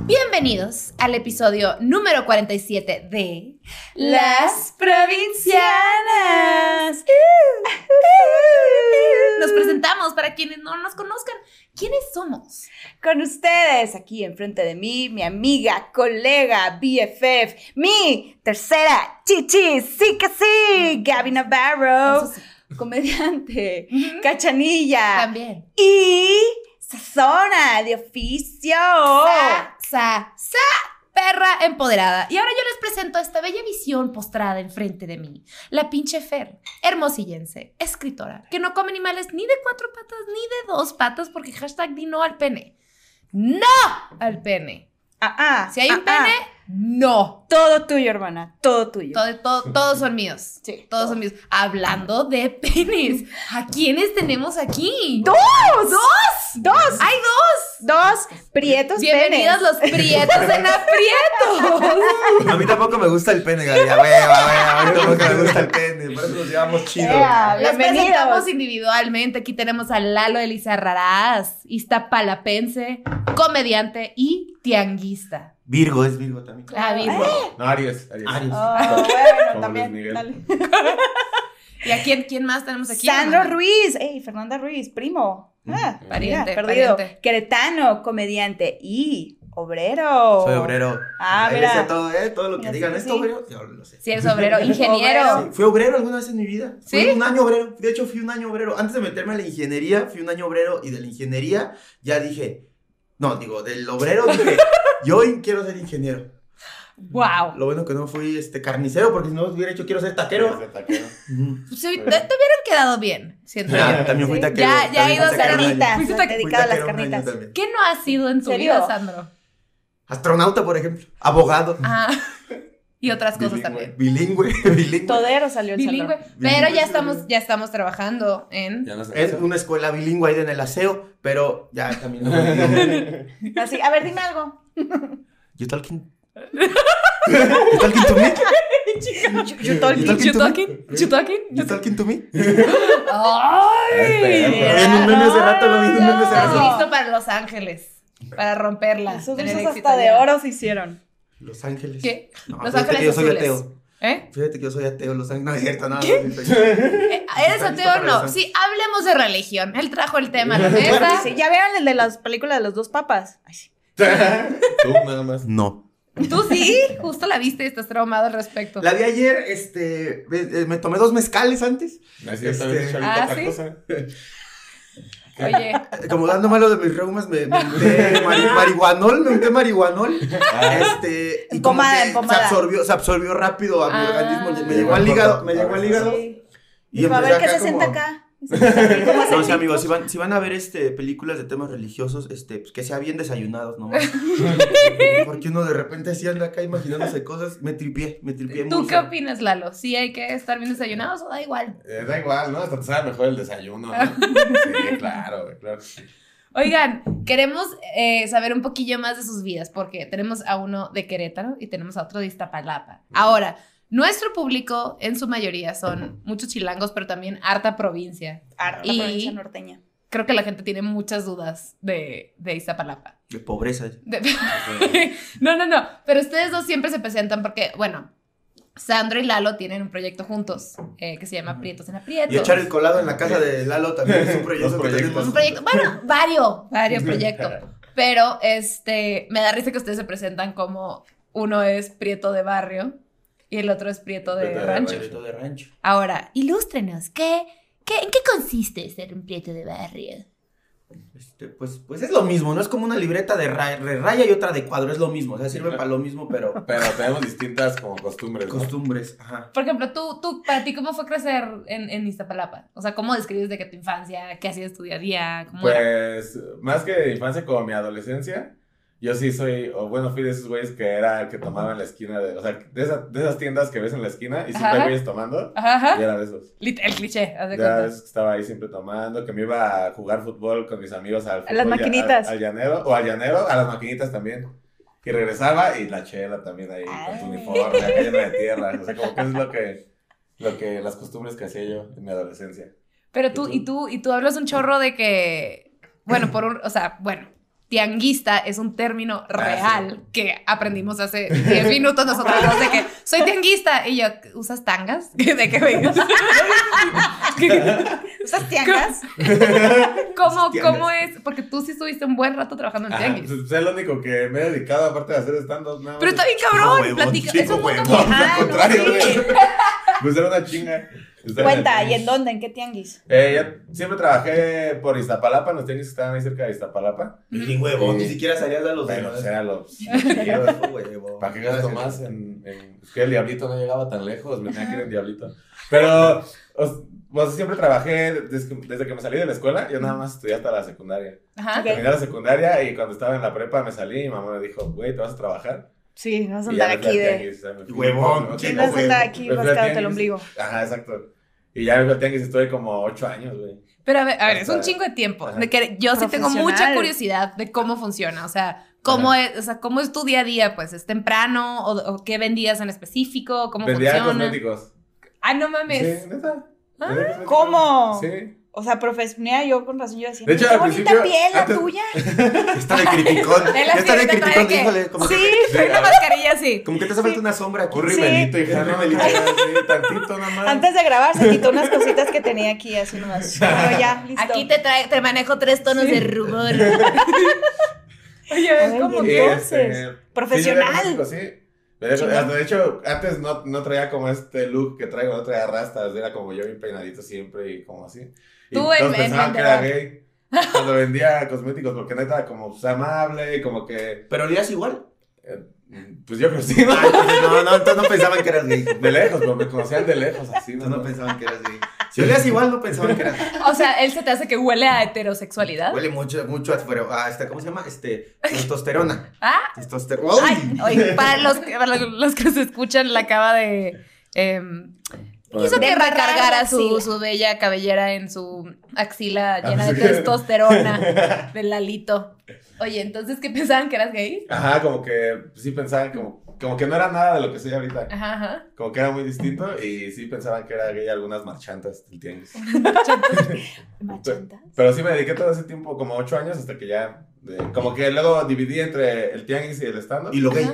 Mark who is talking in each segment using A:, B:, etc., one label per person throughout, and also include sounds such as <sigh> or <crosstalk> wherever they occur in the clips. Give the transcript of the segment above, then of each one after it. A: Bienvenidos al episodio número 47 de Las <laughs> Provincianas. Nos presentamos para quienes no nos conozcan. ¿Quiénes somos?
B: Con ustedes, aquí enfrente de mí, mi amiga, colega, BFF, mi tercera chichi, sí que sí, Gaby Navarro,
A: Eso sí,
B: comediante, cachanilla
A: también.
B: y sazona de oficio. Ah,
A: Sa, sa, sa, perra empoderada. Y ahora yo les presento esta bella visión postrada enfrente de mí. La pinche Fer, hermosillense, escritora, que no come animales ni de cuatro patas ni de dos patas porque hashtag di no al pene. ¡No! Al pene.
B: Ah, ah,
A: Si hay un
B: ah, ah.
A: pene, no.
B: Todo tuyo, hermana, todo tuyo.
A: Todo- todo- todos son míos.
B: Sí.
A: Todos son míos. Hablando de penes, ¿a quiénes tenemos aquí?
B: ¡Dos! ¡Dos! ¡Dos!
A: ¡Hay dos!
B: ¡Dos! Prietos
A: Bienvenidos
B: penes.
A: los prietos en
B: <laughs>
A: aprietos.
C: A mí tampoco me gusta el pene, Gaby. A hueva, hueva. A mí tampoco me gusta el pene. Por eso nos llevamos chido.
B: Ea,
A: Los presentamos
B: bienvenidos.
A: individualmente. Aquí tenemos a Lalo Elizarrarás, iztapalapense, comediante y tianguista.
C: Virgo, es Virgo también.
A: Ah, Virgo.
D: No, Aries. Aries.
C: Aries. <laughs>
B: Oh,
D: Luis
B: bueno, también.
D: Miguel.
B: dale.
A: ¿Y a quién, quién más tenemos aquí?
B: Sandro
A: hermana?
B: Ruiz, ey, Fernanda Ruiz, primo. Ah,
A: Pariente,
B: mira, perdido.
A: pariente.
B: Queretano, comediante y obrero.
C: Soy obrero.
B: Oh. Ah,
C: Ahí
B: mira.
C: les sé todo, ¿eh? Todo lo que
B: Mira, sí,
C: digan.
B: sí,
C: ¿Es
B: sí.
C: obrero? Yo lo sé.
A: Si eres obrero, ingeniero.
B: Obrero.
C: Sí, fui obrero alguna vez en mi vida. Fui
A: ¿Sí?
C: un año obrero. De hecho, fui un año obrero. Antes de meterme a la ingeniería, fui un año obrero y de la ingeniería ya dije. No, digo, del obrero dije, yo quiero ser ingeniero.
A: ¡Wow!
C: Lo bueno que no fui este carnicero, porque si no hubiera hecho quiero ser taquero.
D: Desde taquero.
C: Ujú.
A: Se, te, te hubieran quedado bien, siento yo.
C: Ya, también fui
B: Sí.
C: taquero.
A: Ya- ya he
C: también
A: ido
C: fui taquero un año.
B: carnitas,
A: Fuiste
B: ¿no?
A: tac-
C: Fui
B: dedicado a las
C: taquero un año
B: carnitas.
C: también.
A: ¿Qué no has sido en tu
B: ¿Serio?
A: vida, Sandro?
C: Astronauta, por ejemplo. Abogado.
A: Ah, <laughs> y otras cosas
D: Bilingüe.
A: también.
C: Bilingüe. <laughs> Bilingüe.
B: Todero salió el
A: Bilingüe.
B: Sandro.
A: Pero
C: Bilingüe.
A: ya estamos, ya estamos trabajando en.
D: Ya no sé.
C: Es una escuela bilingüe ahí en el aseo, pero ya también. no.
B: Así, Ah, a ver, dime algo.
C: you talking. You talking to me? <laughs>
B: Yo- yo todo el-
A: ¿You
C: You talking to
A: talking?
C: me?
A: ¿You talking?
C: You talking to me?
A: ¡Ay!
D: Ay,
C: En un meme hace rato lo vi, en un meme hace
A: Estás
B: No.
C: rato.
A: listo para Los Ángeles. Para romperla.
B: Esos
A: tener
B: besos
A: éxito
B: hasta de
A: allá.
B: oro se hicieron.
C: Los Ángeles.
A: ¿Qué?
C: No,
A: Los
C: fíjate
A: Ángeles
C: que yo soy
A: Azules.
C: ateo.
A: <laughs> ¿Eh?
C: Fíjate que yo soy ateo, Los Ángeles. No es cierto, no. no es
A: Eh, ¿Eres
C: Está listo
A: ateo o
C: para
A: no?
C: eso.
A: Sí, hablemos de religión. Él trajo el tema a la mesa.
B: Claro que sí. ¿Ya vieron el de las películas de los dos papas? Ay, sí.
D: <laughs> Tú nada más.
C: No.
A: Tú sí, justo la viste y estás traumado al respecto.
C: La vi ayer, este. ve- eh, Me tomé dos mezcales antes.
D: Así es,
C: Este-
A: Ah,
D: ahorita
A: ¿sí?
D: otra cosa.
A: Oye,
C: Como dando malo de mis reumas, me, me <laughs> unté mari- marihuanol, me unté marihuanol. Este, y como
B: Pomada,
C: que
B: pomada.
C: se absorbió, se absorbió rápido a mi
A: Ah.
C: organismo. Me llegó al hígado, me llegó al hígado.
B: Sí.
C: Y
B: Dijo, a
C: empecé
B: ver qué
C: acá
B: se sienta
C: como-
B: acá. ¿Cómo se
C: <laughs> No, sí, amigos, si van, si van a ver este, películas de temas religiosos, este, pues, que sea bien desayunados nomás. <laughs> Porque uno de repente así anda acá imaginándose cosas. Me tripié, me tripié
A: ¿tú
C: muy
A: qué
C: feo.
A: opinas, Lalo? ¿Sí hay que estar bien desayunados o da igual?
D: Eh, da igual, ¿no? Hasta te sabe mejor el
A: <laughs>
D: desayuno. ¿no? Sí, claro, güey, claro. que sí.
A: Oigan, queremos eh, saber un poquillo más de sus vidas porque tenemos a uno de Querétaro y tenemos a otro de Iztapalapa. Ahora, nuestro público en su mayoría son muchos chilangos, pero también harta provincia.
B: Ah, la
A: Y-
B: provincia norteña.
A: Creo que la gente tiene muchas dudas de, de Iztapalapa.
C: De pobreza.
A: De- <laughs> no, no, no, pero ustedes dos siempre se presentan porque, bueno, Sandro y Lalo tienen un proyecto juntos eh, que se llama Prietos en Aprietos.
C: Y echar el colado en la casa de Lalo también es un proyecto
D: Los
C: que
D: proyectos.
C: tenemos.
A: Un proyecto,
D: <laughs>
A: bueno, varios, varios proyectos. Pero este, me da risa que ustedes se presentan como uno es prieto de barrio y el otro es prieto de
D: Prieto de
A: rancho.
D: rancho.
C: de rancho.
A: Ahora, ilústrenos, ¿qué, qué, ¿en qué consiste ser un prieto de barrio?
C: Este, pues, pues es lo mismo, no es como una libreta de ra- de raya y otra de cuadro, es lo mismo, o sea, sirve para lo mismo, <laughs> pero
D: Pero tenemos distintas como costumbres. ¿no?
C: costumbres, ajá.
A: Por ejemplo, tú, tú, para ti, ¿cómo fue crecer en, en Iztapalapa? O sea, ¿cómo describes de que tu infancia, qué hacías tu día a día? ¿Cómo era?
D: Pues, más que de infancia, como mi adolescencia, yo sí soy, o bueno, fui de esos güeyes que era el que tomaba en la esquina, de, o sea, de, esa- de esas tiendas que ves en la esquina y siempre
A: Ajá.
D: hay güeyes tomando,
A: Ajá,
D: yo
A: ajá.
D: era de esos.
A: Lit- El cliché, haz de
D: Ya
A: cuenta.
D: ves que estaba ahí siempre tomando, que me iba a jugar fútbol con mis amigos al
B: A las
D: fútbol ya-
B: maquinitas.
D: Al, al llanero, o al llanero, a las maquinitas también. Y regresaba y la chela también ahí, con su
B: Ay.
D: uniforme, acá llena de tierra. O sea, como que es lo que, lo que, las costumbres que hacía yo en mi adolescencia.
A: Pero tú, y tú, y tú hablas un chorro de que, bueno, por un, o sea, bueno, tianguista es un término
D: Ah, sí.
A: real que aprendimos hace 10 minutos nosotros dos de que soy tianguista y yo, ¿usas tangas? <laughs> ¿De qué vengas?
B: ¿Usas
D: <laughs>
B: tiangas?
A: ¿Cómo,
D: Tiangas.
A: ¿Cómo es? Porque tú sí estuviste un buen rato trabajando en
D: Ajá,
A: tianguis.
D: pues, es lo único que me he dedicado, aparte de hacer stand-up. nada más.
A: Pero está bien cabrón,
C: huevón,
A: platica.
C: chico
A: es un mundo
C: huevón,
A: muy-
D: Al
A: Ah, no,
D: contrario,
A: sí. <laughs>
D: güey. Pues era una chinga. Estar en
B: Cuenta,
D: el-
B: ¿y en dónde? ¿En qué tianguis?
D: Eh, yo siempre trabajé por Iztapalapa, los tianguis que estaban ahí cerca de Iztapalapa.
C: Ni huevón, ni siquiera salías a los
D: Pero, o
C: demás. <laughs>
D: sea, los.
C: Huevón.
D: ¿Para qué gasto más en, en- Es que el diablito no llegaba tan lejos, me tenía que ir en diablito. Pero, os- pues siempre trabajé des- desde, que me salí de la escuela, yo nada más estudié hasta la secundaria.
A: Ajá.
B: Ok.
D: Terminé la secundaria y cuando estaba en la prepa me salí y mi mamá me dijo, güey, ¿te vas a trabajar?
B: Sí, vas a
D: Y ya
B: andar
D: me fui
B: aquí
D: al
B: de...
D: tianguis, o sea, me fui-
C: Huevón,
D: no,
C: ¿quién
D: no,
B: Vas
C: es
B: a
D: güey.
B: andar aquí
D: Me fui al
B: rascándote el
D: tianguis.
B: ombligo.
D: Ajá, exacto. Y ya me fui al tianguis, estuve como ocho años, güey.
A: Pero a ver, a ver, es un
D: Hasta-
A: chingo de tiempo.
D: Ajá.
A: De que yo sí tengo mucha
B: Profesional.
A: curiosidad de cómo funciona. O sea, cómo es, o sea, cómo es tu día a día, pues, es temprano, o, o qué vendías en específico, cómo
D: Vendía
A: funciona.
D: cosméticos.
A: Ah, no
D: Sí,
A: mames.
D: neta.
A: Ah,
D: Vendía cosméticos.
B: ¿Cómo?
D: Sí.
B: O sea, profesional, yo con razón yo decía,
D: De hecho,
B: qué
D: al
B: bonita
D: principio,
B: piel la
D: antes-
B: tuya.
C: <laughs> Está
A: <laughs>
C: de criticón.
A: Él así
C: Ya está de
A: ahorita trae
C: criticón,
A: que-
C: híjole. Como que,
A: Sí, <laughs> trae una mascarilla así.
C: como que te hace falta una sombra aquí.
D: Un rimelito,
C: Sí.
D: hija.
C: Un
D: no,
C: rimelito.
D: sí, tantito nada más.
B: Antes de grabar se quitó unas cositas que tenía aquí así
D: <laughs>
B: nomás. Pero ya, listo.
A: Aquí te, trae, te manejo tres tonos de rubor.
B: A
A: Oye,
B: ver, ¿cómo?
D: Sí,
B: entonces,
D: este,
B: profesional.
D: sí, yo era músico, sí. Me dejo-
B: Chingón.
D: hasta de hecho, antes no, no traía como este look que traigo, no traía rastas, era como yo bien peinadito siempre y como así. Y
A: Tú
D: todos
A: en- en
D: pensaban que era
A: vendedor.
D: gay cuando vendía cosméticos, porque neta, como pues, amable, como que,
C: Pero olías igual.
D: eh, pues yo creo que sí, ¿no?
C: Ay, pues, no, no, entonces no pensaban que eras gay.
D: De lejos, pero me conocían de lejos, así, ¿no?
C: Entonces no pensaban que eras gay. Si olías igual, no pensaban que eras gay.
A: O sea, él se te hace que huele a heterosexualidad.
C: Huele mucho, mucho a, pero, a esta, ¿cómo se llama? Este, testosterona.
A: Ah.
C: Testosterona.
A: Ay, oye, para los que, para los que se escuchan, la acaba de. em, Quiso
B: De
A: que
B: embarrar la
A: recargara su,
B: axila.
A: su bella cabellera en su axila llena de
D: sí.
A: testosterona del Lalito. Oye, entonces, ¿qué pensaban que eras gay?
D: Ajá, como que sí pensaban, como, como que no era nada de lo que soy ahorita.
A: Ajá, ajá.
D: Como que era muy distinto y sí pensaban que era gay algunas marchantas del tianguis.
A: <laughs>
B: Machanta.
D: Pero sí me dediqué todo ese tiempo, como ocho años, hasta que ya. de- como que luego dividí entre el tianguis y el stand-up.
C: Y lo gay.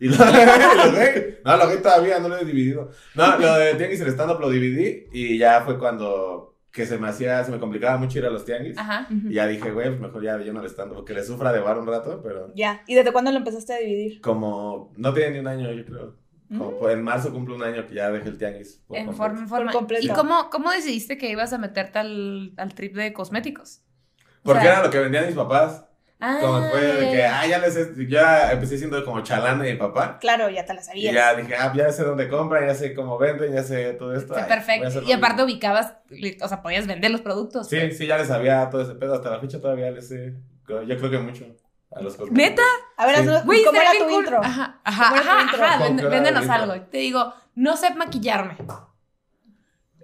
D: Y lo, <laughs> lo gay. No, lo gay todavía no lo he dividido. No, lo del tianguis y el stand-up lo dividí y ya fue cuando que se me hacía, se me complicaba mucho ir a los tianguis.
A: Ajá.
D: Y ya dije, güey, pues mejor ya yo no al stand-up, que le sufra de bar un rato, pero
B: Ya. ¿Y desde cuándo lo empezaste a dividir?
D: como no tiene ni un año, yo creo. Como pues, en marzo cumple un año que ya dejé el tianguis. por
A: Mm. En
D: completo.
A: forma, en
B: Por
A: forma.
B: completo.
A: ¿Y cómo, cómo decidiste que ibas a meterte al, al trip de cosméticos? O
D: Porque
A: sea,
D: era lo que vendían mis papás.
A: ah,
D: Como fue de que, ah, ya les. Yo ya empecé siendo como chalán de mi papá.
B: Claro, ya te la
D: Y
B: sabías.
D: ya dije, ah, ya sé dónde compran, ya sé cómo venden, ya sé todo esto.
A: está
D: ay, voy a
A: perfecto.
D: hacer
A: Y
D: lo
A: aparte
D: mismo.
A: ubicabas, li- o sea, podías vender los productos.
D: Sí, sí, ya les sabía todo ese pedo. Hasta la fecha todavía les sé. creo- Yo creo que mucho a los cosméticos.
A: ¿Neta?
B: A ver,
D: Sí.
B: haznos-
A: Güey,
B: ¿cómo
A: estaría
B: era
A: bien
B: tu
A: cool.
B: intro?
A: Ajá, ajá,
B: ¿Cómo era tu
A: ajá,
B: intro?
A: ajá,
D: ¿Cómo
A: vend-
D: era tu
A: véndenos
D: intro?
A: algo. Te digo, no sé maquillarme.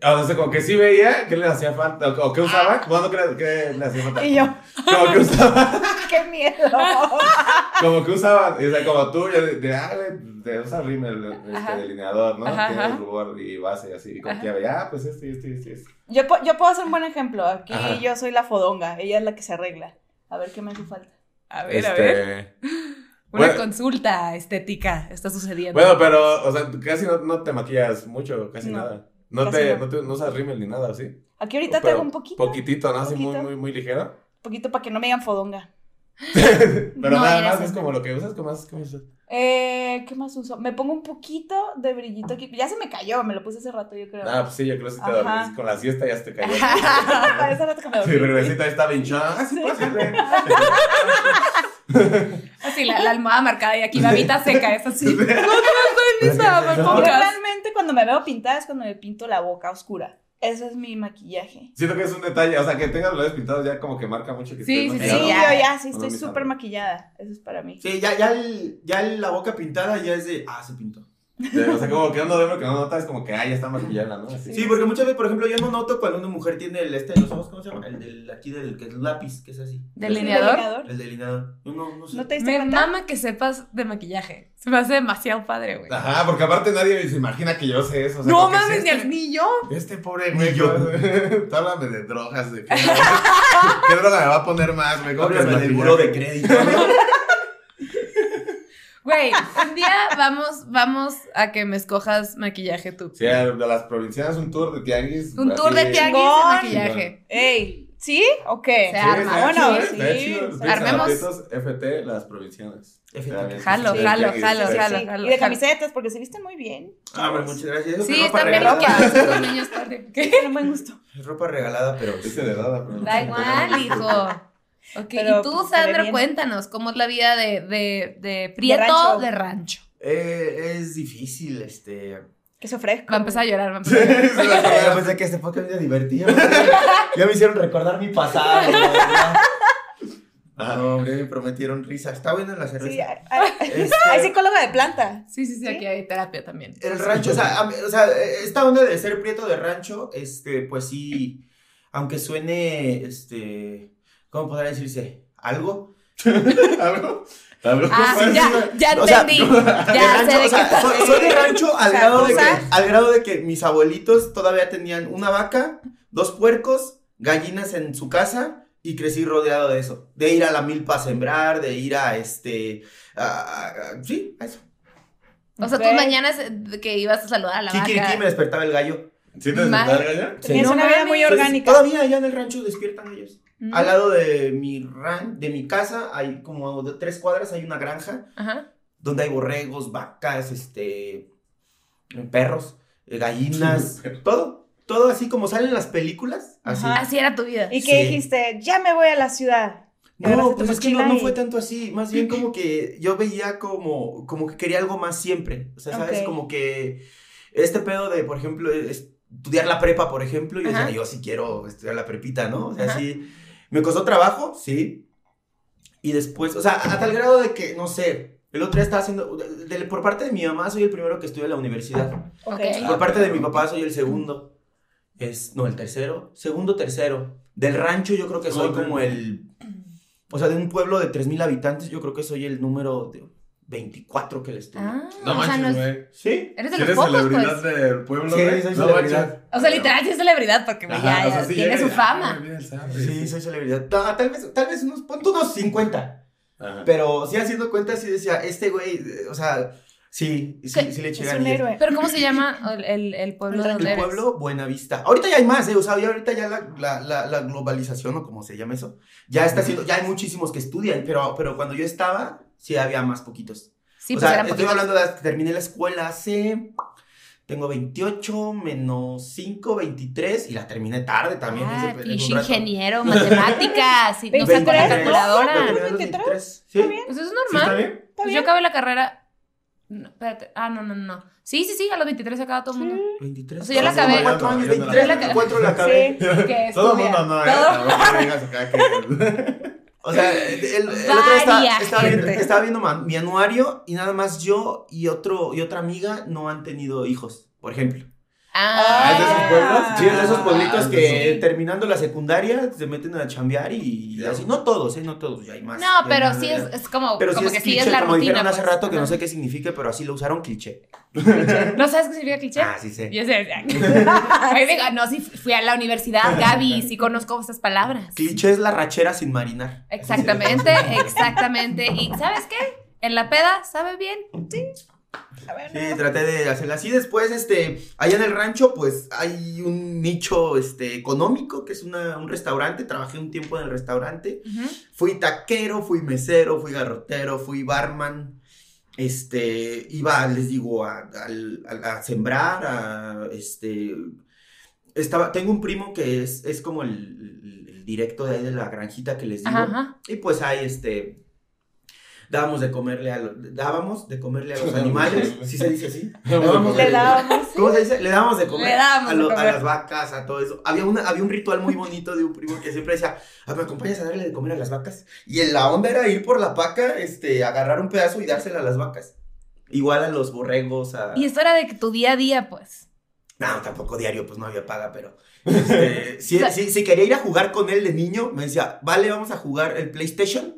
D: Ah, O sea, como que sí veía que les hacía falta. O o que usaban.
A: Ah.
D: Bueno, que, le- que les hacía falta.
B: Y yo, <laughs>
D: Como que usaban.
B: qué miedo.
A: <laughs>
D: Como que usaban. y, o sea, como tú, yo de, de, ah, güey, de usar rímel, este
A: Ajá.
D: delineador, ¿no?
A: Ajá,
D: Tiene
A: ajá.
D: rubor y base y así. Y como que ya veía, ah, pues este, este, este. este.
B: Yo, po- yo puedo hacer un buen ejemplo. Aquí
D: Ajá.
B: yo soy la fodonga. Ella es la que se arregla. A ver qué me hace falta.
A: A ver, a
D: Este,
A: ver. Una
D: Bueno.
A: consulta estética está sucediendo.
D: Bueno, pero, o sea, casi no, no te maquillas mucho, casi
B: No,
D: nada. No,
B: casi
D: te,
B: no.
D: no. te- no usas rímel ni nada, ¿sí?
B: Aquí ahorita te
D: Pero
B: hago un poquito.
D: Poquitito, ¿no? Así muy,
B: poquito.
D: muy, muy
B: <laughs>
D: ligero.
B: poquito para que no me digan fodonga.
D: Pero
A: No,
D: nada
A: eres
D: más es
A: así.
D: como lo que usas, como más, como usas.
B: Eh, ¿Qué más uso? Me pongo un poquito de brillito aquí. Ya se me cayó, me lo puse hace rato, yo creo.
D: Ah, pues sí, yo creo que si te
B: Ajá.
D: dormís con la siesta ya se te <laughs> cayó.
B: <laughs> hace rato que me
D: Si
B: dormí.
D: regresita está hinchada. Ah, sí, pásale.
A: Así, la, la almohada marcada y aquí babita seca, es así. No, mis
B: Yo
A: babas.
B: realmente cuando me veo pintada es cuando me pinto la boca oscura. Eso es mi maquillaje.
D: Siento que es un detalle, o sea, que tengas los labios pintados ya como que marca mucho que
A: Sí,
D: estés
A: sí,
B: Sí,
A: Pero-
B: yo
D: maquillado.
B: ya sí
D: No,
B: estoy
D: mis
B: súper
D: amores.
B: maquillada. Eso es para mí.
C: Sí, ya, ya, el- ya el- la boca pintada ya es de. Ah, se pintó.
D: De- o sea, como que uno ve que no nota, es como que, ay, ya está más villana, ¿no? Así.
C: Sí, porque muchas veces, por ejemplo, yo no noto cuando una mujer tiene el este, los ojos, ¿cómo se llama? El del aquí del que es lápiz, que es así.
E: ¿Delineador?
C: El delineador. Yo no, no sé.
B: ¿No te diste
A: Me
B: cuenta?
A: mama que sepas de maquillaje. Se me hace demasiado padre, güey.
D: Ajá, porque aparte nadie se imagina que yo sé eso. o sea,
A: No
D: porque
A: mames,
D: si
A: ni
D: este,
A: al ni yo.
D: este pobre
C: Ni
D: güey,
C: yo.
D: <laughs> güey, tú háblame de drogas, de qué, <laughs> qué droga me va a poner más, güey. ¿Cómo que
C: Háblame
D: el
C: del buró de
D: maquillaje?
C: crédito.
A: Güey, un día vamos, vamos a que me escojas maquillaje tú.
D: Sí, de las provincianas un tour de tianguis.
E: Un tour de
D: así.
E: tianguis de
B: Chingón.
E: maquillaje.
B: Ey, ¿sí o qué? Ah,
E: Se arma.
D: Sí, estaría
B: Bueno,
D: chido, estaría
B: sí.
D: chido. Los
E: Armemos.
D: zapatitos FT, las provincianas.
C: FT.
D: También,
A: Jalo,
D: sí,
A: jalo,
D: tianguis,
A: jalo,
D: sí.
A: jalo.
B: Sí, y de camisetas, porque se visten muy bien.
C: Ah, bueno, muchas gracias. Eso
E: Sí,
C: es ropa
E: están bien
C: regalada.
E: loqueados los niños tarde. ¿Qué?
B: Tienen buen gusto.
C: Es ropa regalada, pero.
D: Este de dada, pero-
E: Da igual, hijo. Ok,
B: Pero,
E: y tú,
B: pues, se ve
E: Sandra,
B: bien.
E: cuéntanos, ¿cómo es la vida de, de, de Prieto
B: rancho.
E: de rancho?
C: Eh, es difícil, este.
B: Que se ofrezco.
A: Va a empezar a llorar, va a
D: Sí,
A: empezar a llorar.
D: sí, la
C: Yo
D: verdad.
C: pensé que este podcast me divertía. Ya me hicieron recordar mi pasado. la verdad.
D: Ajá.
C: No, hombre, me prometieron risa. Está buena la
B: Sí,
C: cerveza.
B: hay, hay- <laughs>
C: Este,
B: hay psicóloga de planta.
A: Sí, sí, sí,
B: ¿Sí?
A: aquí hay terapia también.
C: El rancho, o sea, a mí- o sea, esta onda de ser prieto de rancho, este, pues sí, aunque suene, este, ¿cómo podrá decirse? ¿Algo?
D: <laughs> ¿Algo? ¿Algo?
E: Ah,
D: Pues,
E: ya, ya
C: O sea,
E: entendí.
C: <laughs> de
E: ya sé
C: rancho,
E: de
C: o <laughs> sea,
E: qué
C: soy, soy de
E: <laughs>
C: rancho al
B: O sea,
C: grado de, que,
B: cosa-
C: al grado de que mis abuelitos todavía tenían una vaca, dos puercos, gallinas en su casa y crecí rodeado de eso, de ir a la milpa a sembrar, de ir a este, a- a- a- sí, a eso.
E: O sea, tus
B: Ve.
E: mañanas eh, que ibas a saludar a la
C: Kikiriki me
E: vaca.
C: despertaba el gallo. Pues,
D: ¿Sí te sentás,
A: Madre.
D: Gaya?
B: Tenías
E: No
B: una vida muy
E: mames.
B: orgánica.
C: Todavía allá en el rancho despiertan ellos.
E: Mm,
C: Al lado de mi ran, de mi casa, hay como de tres cuadras, hay una granja
E: Ajá.
C: donde hay borregos, vacas, este, perros, eh, gallinas, todo, todo así como salen las películas, así.
B: Ajá.
E: Así era tu vida.
B: ¿Y qué
C: Sí.
B: dijiste? Ya me voy a la ciudad.
C: No,
B: Agarraste
C: pues
B: tu
C: es que no,
B: mochila
C: no
B: y-
C: fue tanto así, más bien como que yo veía como, como que quería algo más siempre, o sea, ¿sabes?
B: Ok.
C: Como que este pedo de, por ejemplo, es- estudiar la prepa, por ejemplo, y decía,
E: Ajá.
C: yo sí quiero estudiar la prepita, ¿no? O sea,
E: Ajá.
C: sí, me costó trabajo, sí, y después, o sea, a tal grado de que, no sé, el otro día estaba haciendo, de- de- por parte de mi mamá soy el primero que estudia en la universidad,
E: Ok.
B: Ok.
C: por parte de mi papá soy el segundo, es, no, el tercero, segundo, tercero, del rancho yo creo que soy
D: Ok.
C: como el... O sea, de un pueblo de 3.000 habitantes, yo creo que soy el número de 24 que les tengo.
E: Ah,
D: No
E: o sea,
D: manches,
E: es-
D: güey.
C: ¿Sí?
E: Eres de los
D: ¿Eres
E: pocos,
D: celebridad
E: pues.
D: del pueblo,
C: Sí,
D: güey?
C: soy
D: No
C: celebridad.
D: manches.
A: O sea, literal, sí es celebridad porque
E: pues,
A: güey,
D: Ajá,
A: ya,
D: o sea,
A: ya
D: sí
A: tiene
D: llega
A: su
D: y- Ah,
A: fama.
D: mira, el Sam,
C: Sí, soy celebridad. Ta- Tal vez, tal vez unos, ponte unos 50.
D: Ajá.
C: Pero sí haciendo cuentas, sí decía, este güey, eh, o sea, sí, sí,
E: ¿Qué?
C: sí le eché
B: Es un
C: ganillas.
B: héroe.
A: Pero ¿cómo se llama el, el- el pueblo
B: El
A: donde
C: El
A: eres?
C: pueblo, Buena Vista. Ahorita ya hay más, ¿eh? O sea, ya ahorita ya la, la- la- la globalización, o como se llama eso, ya está haciendo, ya hay muchísimos que estudian, pero, pero cuando yo estaba, sí había más poquitos.
E: Sí,
C: o
E: pues
C: sea,
E: eran
C: estoy
E: poquitos.
C: hablando de las que terminé la escuela hace. Tengo 28 menos 5, 23 y la terminé tarde también.
E: Ah,
C: ese-
E: pinche
C: un rato.
E: ingeniero, matemáticas,
C: <laughs>
E: y no saco la
B: 23, ¿no?
E: calculadora.
C: Terminé a los
B: 23.
C: 23, ¿Sí?
E: Pues eso es
D: ¿Sí está
E: normal.
D: bien?
B: ¿Está
E: Pues
B: bien?
E: yo acabé la carrera. no, espérate. Ah, no, no, no. Sí, sí, sí, a los 23 acaba todo el mundo.
C: 23.
E: O sea, ya la
C: Hace como
E: acabé.
C: cuatro años,
D: Yo no la
C: 23,
E: acabé.
C: 24 la acabé.
B: Sí.
E: Que
D: Todo el
E: estudia.
D: mundo no, ¿eh?
E: Todo-
D: Tampoco me digas
A: <laughs>
D: acá que-
C: O sea, el, el- el otro día
E: Varia
C: estaba, estaba viendo,
E: gente.
C: estaba viendo ma- mi anuario y nada más yo y, otro, y otra amiga no han tenido hijos, por ejemplo.
D: Ah, ¿es de
E: Ah,
D: esos pueblos?
C: Sí, es de esos pueblitos
D: Ah,
C: que
D: sí.
C: terminando la secundaria se meten a chambear y, y así. No todos, ¿eh? No todos, ya hay más.
E: no,
C: ya hay
E: pero
C: más,
E: sí
C: ya.
E: es, es como,
C: Pero
E: como
C: sí
E: que
C: es
E: sí
C: cliché,
E: es la
C: como
E: rutina.
C: dijeron hace
E: pues.
C: rato que no
E: Ajá.
C: sé qué signifique, pero así lo usaron cliché.
E: ¿No sabes qué significa cliché?
C: Ah, sí sé.
E: Yo
A: <laughs>
E: sé. Ay, venga, no, sí fui a la universidad, Gaby, sí conozco esas palabras.
C: Cliché es la rachera sin marinar.
E: Exactamente, exactamente. ¿Y sabes qué? En la peda, ¿sabe bien?
B: A ver,
C: Sí,
B: no.
C: traté de hacerla así. Después, este, allá en el rancho, pues hay un nicho este, económico, que es una, un restaurante. Trabajé un tiempo en el restaurante. Fui taquero, fui mesero, fui garrotero, fui barman. Este, iba, les digo, a, al- a- a sembrar, a, este, estaba, tengo un primo que es, es como el, el- el directo de ahí de la granjita que les digo.
E: Ajá, ajá.
C: Y pues ahí, este, dábamos de comerle a, lo- dábamos de comerle a <laughs> los animales, si se dice así. <laughs> Dábamos
B: Le
C: de-
B: dábamos.
C: ¿Cómo se dice? Le dábamos de comer.
E: Le dábamos
C: a, lo-
E: de
C: a
E: comer.
C: las vacas, a todo eso. Había, una, había un ritual muy bonito de un primo que siempre decía, "Ah, ¿me acompañas a darle de comer a las vacas? Y en la onda era ir por la paca, este, agarrar un pedazo y dársela a las vacas. Igual a los borregos, a...
A: Y esto era de que tu día a día, pues.
C: No, tampoco diario, pues no había paga,
D: <laughs>
C: pero... este, si, si- si quería ir a jugar con él de niño, me decía, vale, vamos a jugar el PlayStation,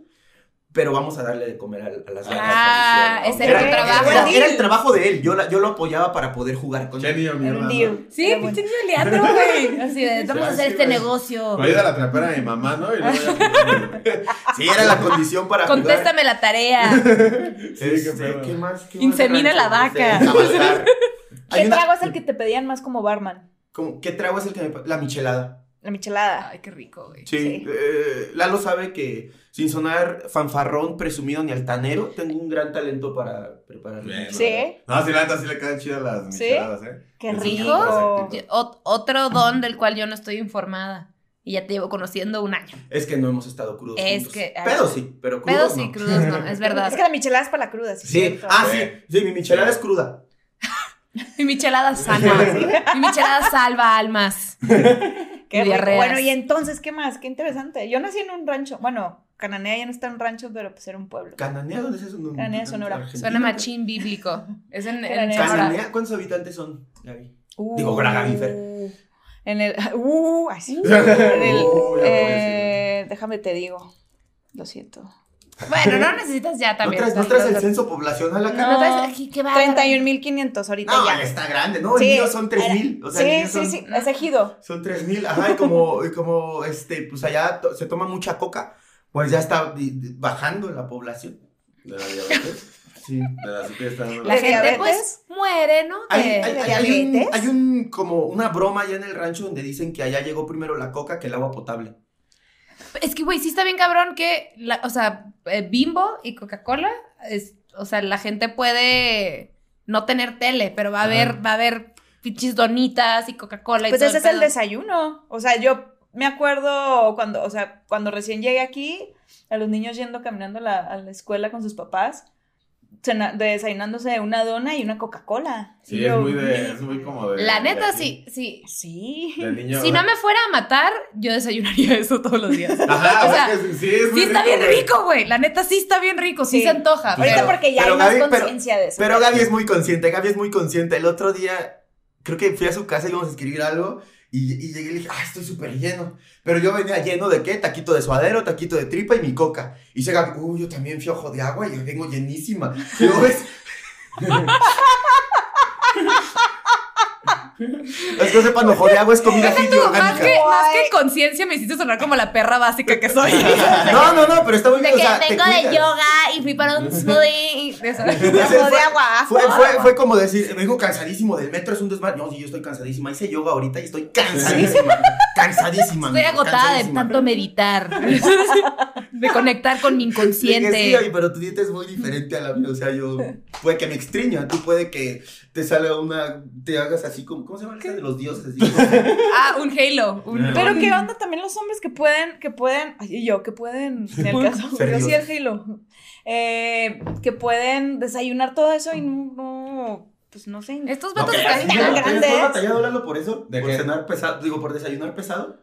C: pero vamos a darle de comer a, a las vacas.
A: Ah,
C: Porque
A: ese era
C: era-
A: tu
C: era-
A: trabajo.
C: Era, era el trabajo de él, yo, la- yo lo apoyaba para poder jugar con él.
D: Genio, mi
B: Un
D: mamá.
B: deal.
A: Sí,
B: Era bueno.
A: pinche niño Leandro, güey. <laughs> Así de, vamos a
D: Sí,
A: hacer
D: sí,
A: este
D: güey.
A: negocio.
D: Me ayuda a la trapera de mi mamá, ¿no? Y luego
A: <laughs>
D: ya-
C: Sí, era la condición para jugar.
A: Contéstame la tarea.
D: Sí,
C: Este,
D: qué pedo.
C: ¿qué más? ¿Qué más
A: Insemina la
C: rancho?
D: <laughs>
A: vaca.
C: Este, cabalgar.
A: <laughs>
C: Hay
B: ¿Qué
C: una-
B: trago es el que te pedían más como barman?
C: como, ¿Qué trago es el que me... pa- La michelada.
B: La michelada.
A: Ay, qué rico, güey.
C: Sí.
B: Sí.
C: eh, Lalo sabe que sin sonar fanfarrón, presumido ni altanero, tengo un gran talento para preparar. la
D: Bueno.
C: michelada.
B: Sí,
D: No, sí, la neta sí le quedan chidas las
B: ¿Sí?
D: micheladas, ¿eh?
B: qué
D: Es un
B: rico.
D: poco
A: Yo- ot- otro don del cual yo no estoy informada. Y ya te llevo conociendo un año.
C: Es que no hemos estado crudos
A: Es
C: juntos.
A: que-
C: Pedo sí, pero crudos
A: Pedos y
C: no.
A: crudos, no, es verdad.
B: <laughs> Es que la michelada es para la cruda, sí.
C: <laughs> Sí.
B: cierto.
C: Ah, sí.
D: Sí.
C: Sí, mi michelada es cruda.
A: Y michelada sana. Y michelada salva almas.
B: Qué rico.
A: Diarreas.
B: Bueno, y entonces, ¿qué más? Qué interesante. Yo nací en un rancho. Bueno, Cananea ya no está en rancho, pero pues era un pueblo.
C: Cananea, ¿dónde es eso? No,
B: Cananea, Sonora.
C: Argentina.
A: Suena machín bíblico. Es en, en
B: Cananea.
A: Sonora.
C: Cananea, ¿cuántos habitantes son, Gaby?
B: Uh,
C: Digo, Braganfer.
B: En el. <laughs> Uh,
C: <laughs>
B: así. en el,
D: Uh, ya
B: eh, déjame te digo. Lo siento.
A: Ah, Bueno, no necesitas ya
C: ¿No
A: también.
C: traes, no traes el censo poblacional acá?
A: No traes aquí, qué va.
B: 31.500 ahorita
C: No,
B: ya.
C: ya está grande, ¿no? El
B: Sí,
C: mío son 3000. O sea, el mío
B: sí,
C: son,
B: sí, sí. Es ejido.
C: son 3000. Ajá, y como, y como este, pues allá to- se toma mucha coca, pues ya está di- di- bajando la población
D: De la diabetes.
C: sí.
D: De la azúcar está dando
A: La
D: la-
B: ¿De
A: gente
B: diabetes?
A: pues muere, ¿no?
C: Hay,
A: De-
C: hay-
B: ¿De
C: hay- hay un-
B: diabetes?
C: hay un, como una broma allá en el rancho donde dicen que allá llegó primero la coca que el agua potable.
A: Es que, güey, sí está bien cabrón que, la- o sea, eh, Bimbo y Coca-Cola, es- o sea, la gente puede no tener tele, pero va a
C: Ajá.
A: haber, va a haber pinches donitas y Coca-Cola y
B: Pues
A: todo
B: ese es el
A: pedo.
B: desayuno. O sea, yo me acuerdo cuando, o sea, cuando recién llegué aquí, a los niños yendo caminando a la- a la escuela con sus papás, cena- desayunándose una dona y una Coca-Cola. Y
D: Sí, es
B: yo,
D: muy de. Es muy como de.
A: La
D: de
A: neta,
D: aquí.
A: sí, sí.
B: Sí.
D: Del niño.
A: Si no me fuera a matar, yo desayunaría <laughs> eso todos los días.
D: Ajá,
A: o sea,
D: es que sí, es muy
A: Sí está bien
D: güey.
A: rico, güey. La neta sí está bien rico, sí,
B: Sí.
A: se antoja.
B: Ahorita
A: pero-
B: porque ya
C: pero
B: hay más
C: Gaby, pero-
B: conciencia de eso.
C: Pero Gaby es muy consciente, Gaby es muy consciente. El otro día, creo que fui a su casa y íbamos a escribir algo. Y, y llegué y le dije, ah, estoy súper lleno. Pero yo venía lleno de qué? Taquito de suadero, taquito de tripa y mi coca. Y dice Gaby, uy, yo también fui a ojo de agua y yo vengo llenísima. Y luego ves. <laughs> Los que no sepan, ojo de agua es comida
A: Tú, más
C: orgánica.
A: que, más
B: Guay.
A: que conciencia me hiciste sonar como la perra básica que <laughs> soy.
C: No, no, no, pero está muy bien. o sea, te cuidas.
A: y fui para un smoothie. y- de eso.
C: Entonces,
B: Ojo de
C: fue-
B: agua.
C: Fue, fue, fue como decir, vengo cansadísimo del metro, es un desmadre. No, sí, yo estoy cansadísima. Hice yoga ahorita y estoy
A: <laughs>
C: cansadísima. cansadísima.
A: Estoy
C: amigo,
A: agotada de
C: cansadísima.
A: tanto meditar, <laughs> de conectar con mi
C: Le dije, sí,
A: inconsciente.
C: oye, pero tu dieta es muy diferente a la mía. O sea, yo puede que me extriño, a ti puede que te salga una, te hagas así como, ¿cómo se llama esa de los dioses? Así como-
A: Ah, un halo. un-
B: Pero qué onda también los hombres que pueden, que pueden, ay, y yo, que pueden, en el caso, <laughs>
C: Ser
B: yo sí
C: Dios.
B: el hilo, eh, que pueden desayunar todo eso y no, no, pues no sé.
A: Estos
C: No,
A: vatos
C: que-
A: están
B: tan
C: ¿Pero
B: grandes.
C: ¿Tú has batallado, Lalo, por eso?
D: ¿De
C: por
D: qué?
C: cenar pesado, digo, por desayunar pesado.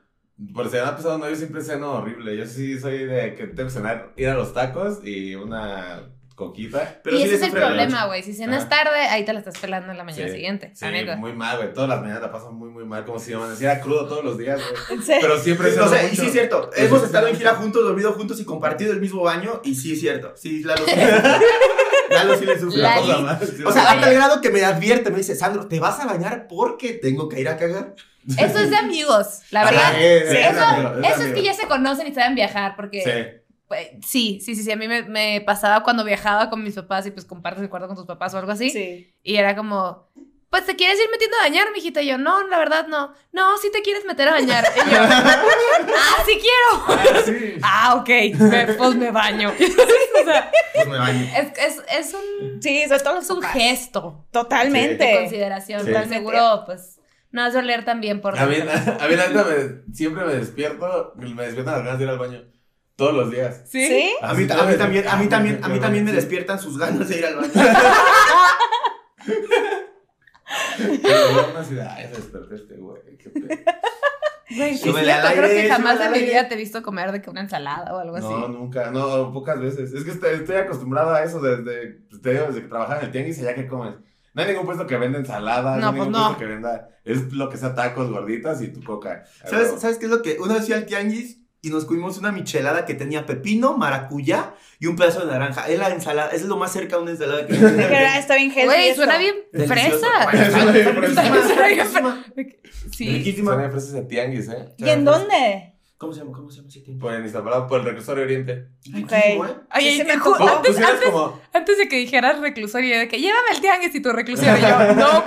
D: Por cenar pesado, no, yo siempre ceno horrible. Yo sí soy de que tengo que cenar, ir a los tacos y una coquita.
C: Pero
A: y
C: sí
A: ese es
C: de
A: el
C: siempre a la
A: problema,
C: noche.
A: güey. Si cenas
D: Ajá.
A: tarde, ahí te la estás pelando en la mañana
D: Sí,
A: siguiente.
D: Sí,
A: la neta.
D: muy mal, güey. Todas las mañanas la paso muy, muy mal. Como si yo amaneciera crudo todos los días,
A: <laughs>
D: güey.
B: En serio.
D: Pero siempre
C: O sea, y
D: mucho.
C: sí es cierto,
D: Pero
C: hemos
D: sí
C: estado en
D: ceno
C: gira
D: mucho.
C: juntos, dormido juntos y compartido el mismo baño, y sí es cierto,
A: <laughs>
C: sí, Lalo sí le sufre. Lalo sí le sufre.
A: La
D: Cosa más, sí,
C: O sea,
D: güey.
C: a tal grado que me advierte, me dice, Sandro, te vas a bañar porque tengo que ir a cagar.
A: Eso es de amigos, la
C: Ajá,
A: verdad.
C: eh,
D: Sí,
C: eh,
D: es
A: eso
D: amigo, es
A: eso es
D: amigo.
A: que ya se conocen y saben viajar, porque <laughs>
D: Sí.
A: pues, sí, sí, sí, sí, a mí me, me pasaba cuando viajaba con mis papás y pues compartes el cuarto con tus papás o algo así.
B: Sí.
A: Y era como, pues te quieres ir metiendo a bañar, mijita. Y yo, no, la verdad no. No, sí te quieres meter a bañar. Y
B: <laughs>
A: yo, ah, sí quiero.
D: Sí.
A: Ah, ok, me- pues me baño. <laughs> O sea,
C: Pues me baño.
A: es, es, es un,
B: Sí, sobre todo los
A: es un
B: papás.
A: gesto de
B: Totalmente.
A: consideración.
D: Sí.
A: Tan seguro, pues, no vas a oler también por...
D: A mí, a mí la neta, me- siempre me despierto, me despiertan las ganas de ir al baño. Todos los días.
A: ¿Sí?
B: ¿Sí?
D: Ah,
C: A mí, a mí también, a mí también, a mí también me
D: Sí.
C: despiertan sus ganas de ir al baño.
D: <laughs> Pero luego una ciudad, ay, se despertó este güey, qué pedo.
A: Güey, sí, es
C: Súbele al
A: cierto, creo
C: aire,
A: que jamás
C: súbele
A: en
C: al
A: mi
C: aire.
A: vida te he visto comer de que una ensalada o algo
D: No,
A: así.
D: nunca, no, pocas veces. Es que estoy, estoy acostumbrado a eso desde, pues, te digo, desde que trabajaba en el tianguis allá que comes. No hay ningún puesto que venda ensalada, no,
A: No,
D: hay
A: pues
D: ningún
A: no.
D: puesto que venda, es lo que sea tacos, gorditas y tu coca.
C: ¿Sabes,
D: Algo.
C: ¿Sabes qué es lo que? Una vez fui al tianguis y nos comimos una michelada que tenía pepino, maracuyá y un pedazo de naranja. Es la ensalada, es lo más cerca a una
A: <laughs>
C: ensalada que
B: Dije, "Ah, está bien heavy
A: Güey,
B: esto".
A: suena bien
C: Delicioso.
A: fresa.
C: Bueno,
D: Eso es lo que
C: Está
D: parece.
A: Suena bien fresa. Sí.
D: Son
C: Riquísima.
D: empresas de tianguis, ¿eh?
B: ¿Y en dónde?
C: ¿Cómo se llama? ¿Cómo se llama ese tianguis?
D: Por el Iztapalapa, por el Reclusorio
A: <laughs>
D: Oriente.
C: Riquísimo, ¿eh?
A: Oye,
B: Sí, se me
A: y tú-
B: antojó.
D: ¿Cómo
A: antes,
D: pusieras
A: antes-
D: como?
A: antes de que dijeras reclusorio, yo de que llévame el tianguis y tu reclusorio. Yo, no.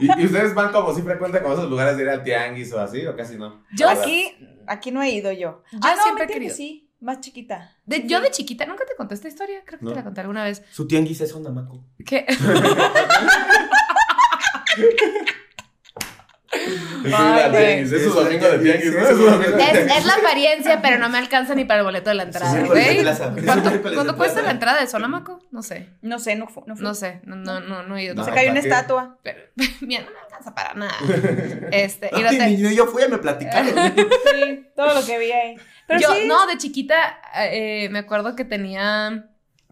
D: ¿Y, y ustedes van como siempre cuentan con esos lugares de ir al tianguis o así, o casi no?
A: Yo
D: Ahora,
B: Aquí, aquí no he ido yo.
A: Yo
B: ah,
A: siempre
B: no, siempre
A: he querido.
B: sí, más chiquita.
A: De, yo de chiquita nunca te conté esta historia. Creo que
D: No.
A: te la conté alguna vez.
C: Su tianguis es Onamaco.
A: <laughs> Que
D: es ir al
B: güey.
D: tianguis, Es su
C: Sí,
D: domingo de
C: sí, sí,
D: tianguis, ¿no?
C: sí,
D: Es su
C: sí,
D: domingo de
C: sí.
A: es,
D: tianguis.
A: es la apariencia, pero no me alcanza ni para el boleto de la
C: Es un
A: entrada,
C: miércoles de
A: güey.
C: plaza, es un
A: ¿Cuánto,
C: miércoles de
A: cuánto
C: plaza.
A: cuesta la entrada de Sonamaco? No sé.
B: No sé, no fue. No, fui.
A: No sé. No, no, no, no he ido.
D: No.
B: Se cayó una
D: ¿para qué?
B: estatua.
A: Pero, mira, no me alcanza para nada. Este, y
C: Ah,
A: no
C: sí,
A: te-
C: mi niño y yo fui y
A: <laughs>
C: me platicaron.
D: Ah,
B: Sí, todo lo que vi ahí. Pero
A: yo,
B: sí,
A: no, de chiquita eh, me acuerdo que tenía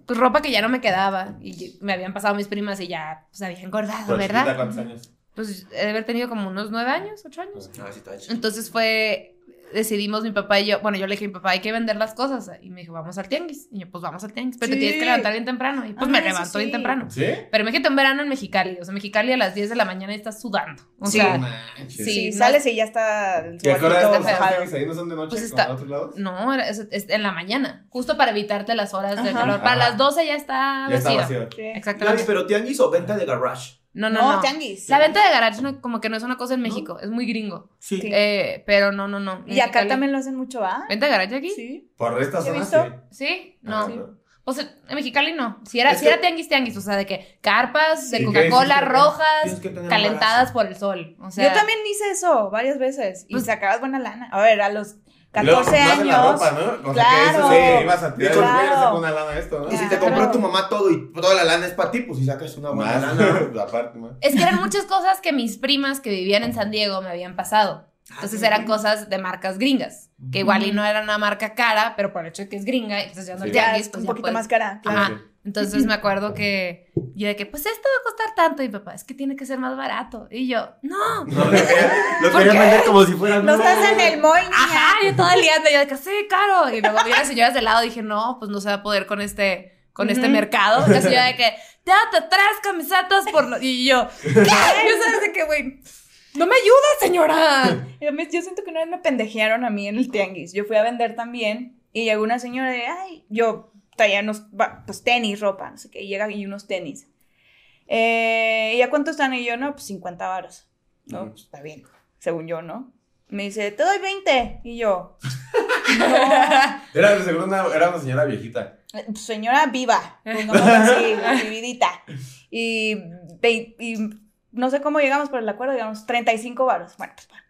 A: pues, ropa que ya no me quedaba y me habían pasado mis primas y ya pues había engordado,
D: Pero chiquita,
A: <laughs> ¿verdad?
D: ¿Cuántos años?
A: Pues he de haber tenido como unos nueve años, ocho años.
C: Ah, sí, está chido.
A: Entonces fue, decidimos mi papá y yo, bueno, yo le dije a mi papá, hay que vender las cosas. Y me dijo, vamos al tianguis. Y yo, pues vamos al tianguis, pero
B: Sí.
A: te tienes que levantar bien temprano. Y pues
B: Ah,
A: me
B: eso
A: levantó bien
B: sí.
A: temprano.
D: ¿Sí?
A: Pero imagínate un verano en Mexicali, o sea, Mexicali a las 10 de la mañana estás sudando. O
B: Sí.
A: sea,
D: Manches.
A: sí,
B: sí,
A: no-
B: sales y ya está el
D: ¿Y
B: cuartito
D: ahora los
A: está
B: mojado.
D: tianguis ahí no son de noche
A: Pues
D: como
A: está-
D: en otros lados?
A: no, era- es, es en la mañana, justo para evitarte las horas de
B: Ajá.
A: calor. Para
D: Ajá.
A: las 12 ya está
D: Ya está
A: vacío.
D: vacío.
B: Sí.
C: Gaby,
A: Exactamente.
C: pero tianguis o venta de garage.
A: No, no,
B: No,
A: no.
B: tianguis.
A: La venta de garage no- como que no es una cosa en México, es muy gringo.
C: Sí.
B: Sí.
A: Eh, pero no, no, no.
B: Y acá
A: Mexicali-
B: también lo hacen mucho, ¿ah?
A: ¿Venta de garage aquí? Sí.
B: Sí.
D: Por esta
B: ¿He
D: zona
B: visto?
D: sí.
A: No.
D: Ah,
A: O sea, en Mexicali no. Si era,
C: Es
A: si
C: que-
A: era tianguis, tianguis. O sea, de que carpas de
D: Sí,
A: Coca-Cola
D: que-
A: rojas,
C: Tienes que tener un
A: calentadas por el sol. O sea,
B: Yo también hice eso varias veces y
A: Pues-
B: sacabas buena lana. A ver, a los
D: Y luego,
B: 14
D: más de la
B: años.
D: ropa, ¿no? O
B: Claro.
D: sea, que dices, sí, ibas a tirar,
B: Claro.
D: güey, le saco una lana a esto, ¿no?
C: Y si te
B: Ah, Claro.
C: compró tu mamá todo y toda la lana es para ti, pues si sacas una buena
D: Más,
C: lana.
D: aparte, más.
A: Es que eran muchas cosas que mis primas que vivían en San Diego me habían pasado.
B: Ah,
A: Entonces eran cosas de marcas gringas, que igual y no era una marca cara, pero por el hecho de que es gringa, entonces ya no
D: Sí.
A: te
B: Ya,
A: tianguis,
B: es
A: pues
B: un
A: ya
B: poquito
A: puedes-
B: más cara. claro.
A: <laughs> Ajá. Entonces me acuerdo que yo de que, pues esto va a costar tanto, y mi papá, es que tiene que ser más barato. Y yo, no.
C: No, lo quería, lo
A: ¿Por
C: quería
A: qué?
C: vender como si fuera
B: No estás en el moy.
A: Ajá, yo toda liada, yo de que sí, caro. Y luego vi a las señoras de lado, dije, no, pues no se va a poder con este, con este
B: Ujú.
A: mercado. La señora de que, te date tres camisetas por lo... Y yo, ¿qué? Yo sabes de que, güey, no me ayudas, señora.
B: Yo, me- yo siento que una vez me pendejearon a mí en el tianguis. Yo fui a vender también y llegó una señora de, ay, yo traía unos va- pues, tenis, ropa, no sé qué, y llega y unos tenis. Eh, ¿Y a cuánto están? Y yo, no, pues 50 varos. No,
D: Ujú.
B: pues está bien, según yo, ¿no? Me dice, te doy 20. Y yo, no,
D: Era, de seguro, una, era una señora viejita.
B: pues, señora viva, pongamos así, vividita. Y, ve- y no sé cómo llegamos por el acuerdo, digamos, 35 varos. Bueno, pues va.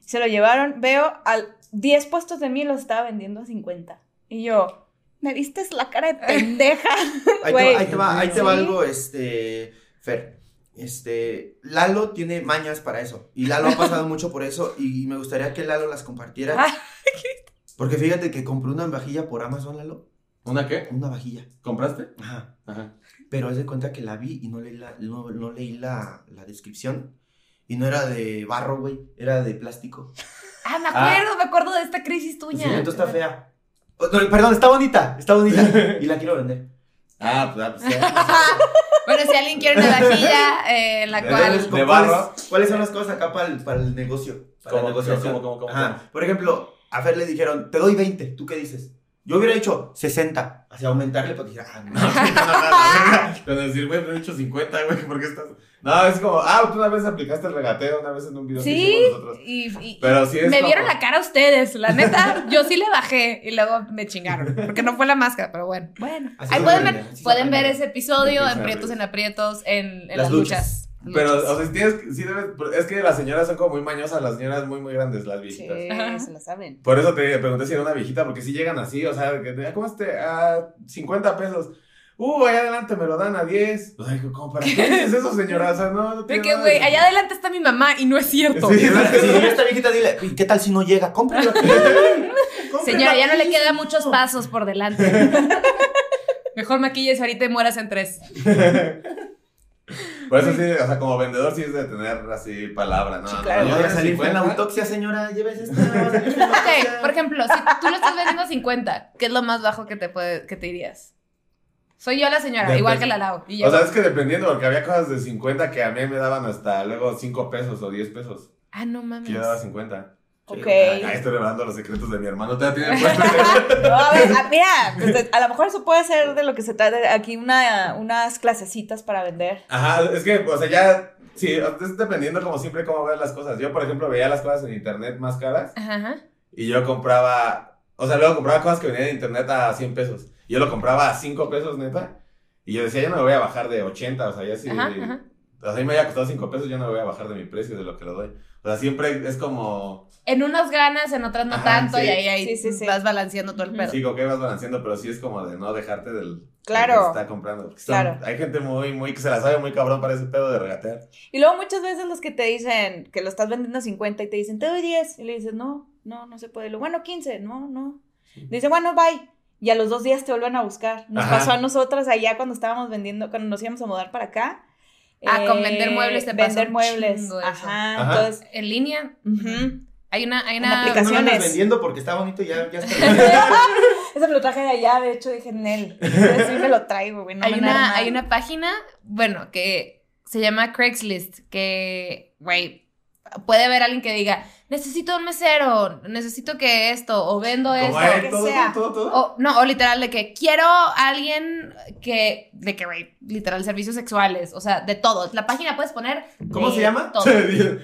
B: Se lo llevaron, veo, al 10 puestos de mí los estaba vendiendo a 50. Y yo, me vistes la cara de pendeja.
C: Ahí
B: <laughs>
C: te,
B: Güey.
C: va, ahí te va, ahí te va
B: Sí.
C: algo, este, Fer. Este, Lalo tiene mañas para eso. Y Lalo ha pasado mucho por eso. Y me gustaría que Lalo las compartiera.
B: Ah, <laughs>
A: Ay,
C: Porque fíjate que compré una vajilla por Amazon, Lalo.
D: ¿Una qué?
C: Una vajilla.
D: ¿Compraste?
C: Ajá.
D: Ajá.
C: Pero haz de cuenta que la vi y no leí la, no, no leí la, la descripción. Y no era de barro, güey. Era de plástico.
A: Ah, me acuerdo, me acuerdo de esta crisis
C: Sí,
A: tuya.
C: entonces está fea. Oh, no, perdón, está bonita. Está
D: <laughs>
C: bonita. Y la quiero vender.
D: Ah, pues, ah, pues,
A: Bueno, si alguien quiere una vajilla, eh, la
D: ¿De
A: cual...
D: dónde?
C: ¿Cuáles-
D: barro.
C: ¿Cuáles son las cosas acá para el, para el negocio? Para la
D: ¿Cómo,
C: negociación.
D: cómo, cómo, cómo,
C: Ajá.
D: cómo?
C: Por ejemplo, a Fer le dijeron, te doy 20, ¿tú qué dices? Yo hubiera dicho 60, así aumentarle para que dijera, ah,
D: <laughs>
C: no.
D: Con decir, güey, pero he hecho 50, güey, ¿por qué estás? No, es como, ah, tú una vez aplicaste el regateo, una vez en un video que
A: Sí,
D: hicimos nosotros.
A: y, y-
D: Pero sí es
A: me
D: como-
A: vieron la cara ustedes, la neta, yo sí le bajé y luego me chingaron, porque no fue la máscara, pero bueno. Bueno,
C: Así
A: ahí
C: se
A: pueden
C: aprende,
A: ver,
C: así se
A: pueden ver
C: aprende.
A: ese episodio
D: Empiezan
A: en Prietos
D: a
A: en Aprietos, en, en
C: Las
A: las
C: luchas.
A: luchas.
D: Pero,
A: Luchas.
D: o sea, si tienes, que- sí debes, es que las señoras son como muy mañosas, las señoras muy, muy grandes, las
B: Sí,
D: viejitas.
B: se la saben.
D: Por eso te pregunté si era una viejita, porque si llegan así, o sea, que te, ah, ¿cómo este? Ah, 50 pesos. uh, allá adelante me lo dan a 10. O sea, digo, ¿cómo para qué es eso, señora? O sea, no, no
A: De
D: tiene
A: que,
D: nada
A: güey, allá adelante está mi mamá y no es cierto.
D: Sí,
C: Si llega esta viejita, dile, "Uy, ¿qué tal si no llega? Cómpralo.
A: <laughs> Señora, ya no le quedan muchos pasos por <laughs> delante. Mejor maquilles ahorita y mueras en tres.
D: Por eso sí, o sea, como vendedor sí es de tener así palabra, ¿no?
B: Sí,
D: No,
B: claro.
D: no,
C: Yo voy a
D: tienes
C: salir fue en la
D: 50.
C: autopsia, señora. Lleves esta.
A: Ok, por ejemplo, si tú lo estás vendiendo a 50, ¿qué es lo más bajo que te, puede, que te irías? Soy yo la señora,
D: Depende.
A: igual que la Lau. Y yo.
D: O sea, es que dependiendo, porque había cosas de 50 que a mí me daban hasta luego 5 pesos o 10 pesos.
A: ah, no mames.
D: Que yo daba 50.
B: Ok.
D: Ahí estoy revelando los secretos de mi hermano. Te la tiene
A: <laughs>
D: puesto.
B: No, a ver, a- mira, pues, de- a lo mejor eso puede ser de lo que se trata aquí, una, unas clasecitas para vender.
D: Ajá, es que, o sea, ya. Sí, es dependiendo como siempre cómo ves las cosas. Yo, por ejemplo, veía las cosas en internet más caras
A: Ajá, ajá.
D: y yo compraba. O sea, luego compraba cosas que venían de internet a 100 pesos. Yo lo compraba a 5 pesos, neta. Y yo decía, yo no me voy a bajar de 80. O sea, ya sí.
A: Ajá, ajá.
D: O sea, a mí me había costado 5 pesos, yo no me voy a bajar de mi precio de lo que lo doy. O sea, siempre es como.
A: En unas ganas, en otras no
D: Ajá,
A: tanto,
D: sí.
A: y ahí, ahí
B: Sí, sí, sí.
A: vas balanceando todo el pedo.
D: Sí, con qué vas balanceando, pero sí es como de no dejarte del.
B: Claro.
D: del que está comprando. Porque son-
B: Claro.
D: Hay gente muy, muy que se la sabe muy cabrón para ese pedo de regatear.
B: Y luego muchas veces los que te dicen que lo estás vendiendo a 50 y te dicen, te doy 10. Y le dices, no, no, no se puede. Y luego, bueno, 15, no, no. Dice, bueno, bye. Y a los dos días te vuelven a buscar. Nos
D: Ajá.
B: pasó a nosotras allá cuando estábamos vendiendo, cuando nos íbamos a mudar para acá. Eh,
A: Ah, con vender muebles te
B: Vender
A: pasó un
B: muebles.
A: chingo eso.
B: Ajá,
D: Ajá.
B: entonces.
A: En línea, <laughs>
B: ujú.
A: hay una, hay
B: Una
A: una
B: aplicación.
C: No lo andas
B: Vacaciones.
C: vendiendo porque está bonito, ya,
A: <laughs>
C: ya está.
B: Ese me lo traje de allá, de hecho, dije, Nel. Sí, me lo traigo, güey. No
A: hay
B: me nada
A: una,
B: mal.
A: hay una página, bueno, que se llama Craigslist, que, güey, puede haber alguien que diga, necesito un mesero, necesito que esto, o vendo
D: Como
A: esto.
D: hay
B: que
D: todo,
B: sea.
D: todo, todo, todo.
A: O, no, o literal, de que quiero a alguien que, de que, güey, literal, servicios sexuales, o sea, de todo. La página puedes poner.
C: ¿Cómo
A: de
C: se llama?
D: <laughs>
A: todo. Craigslist,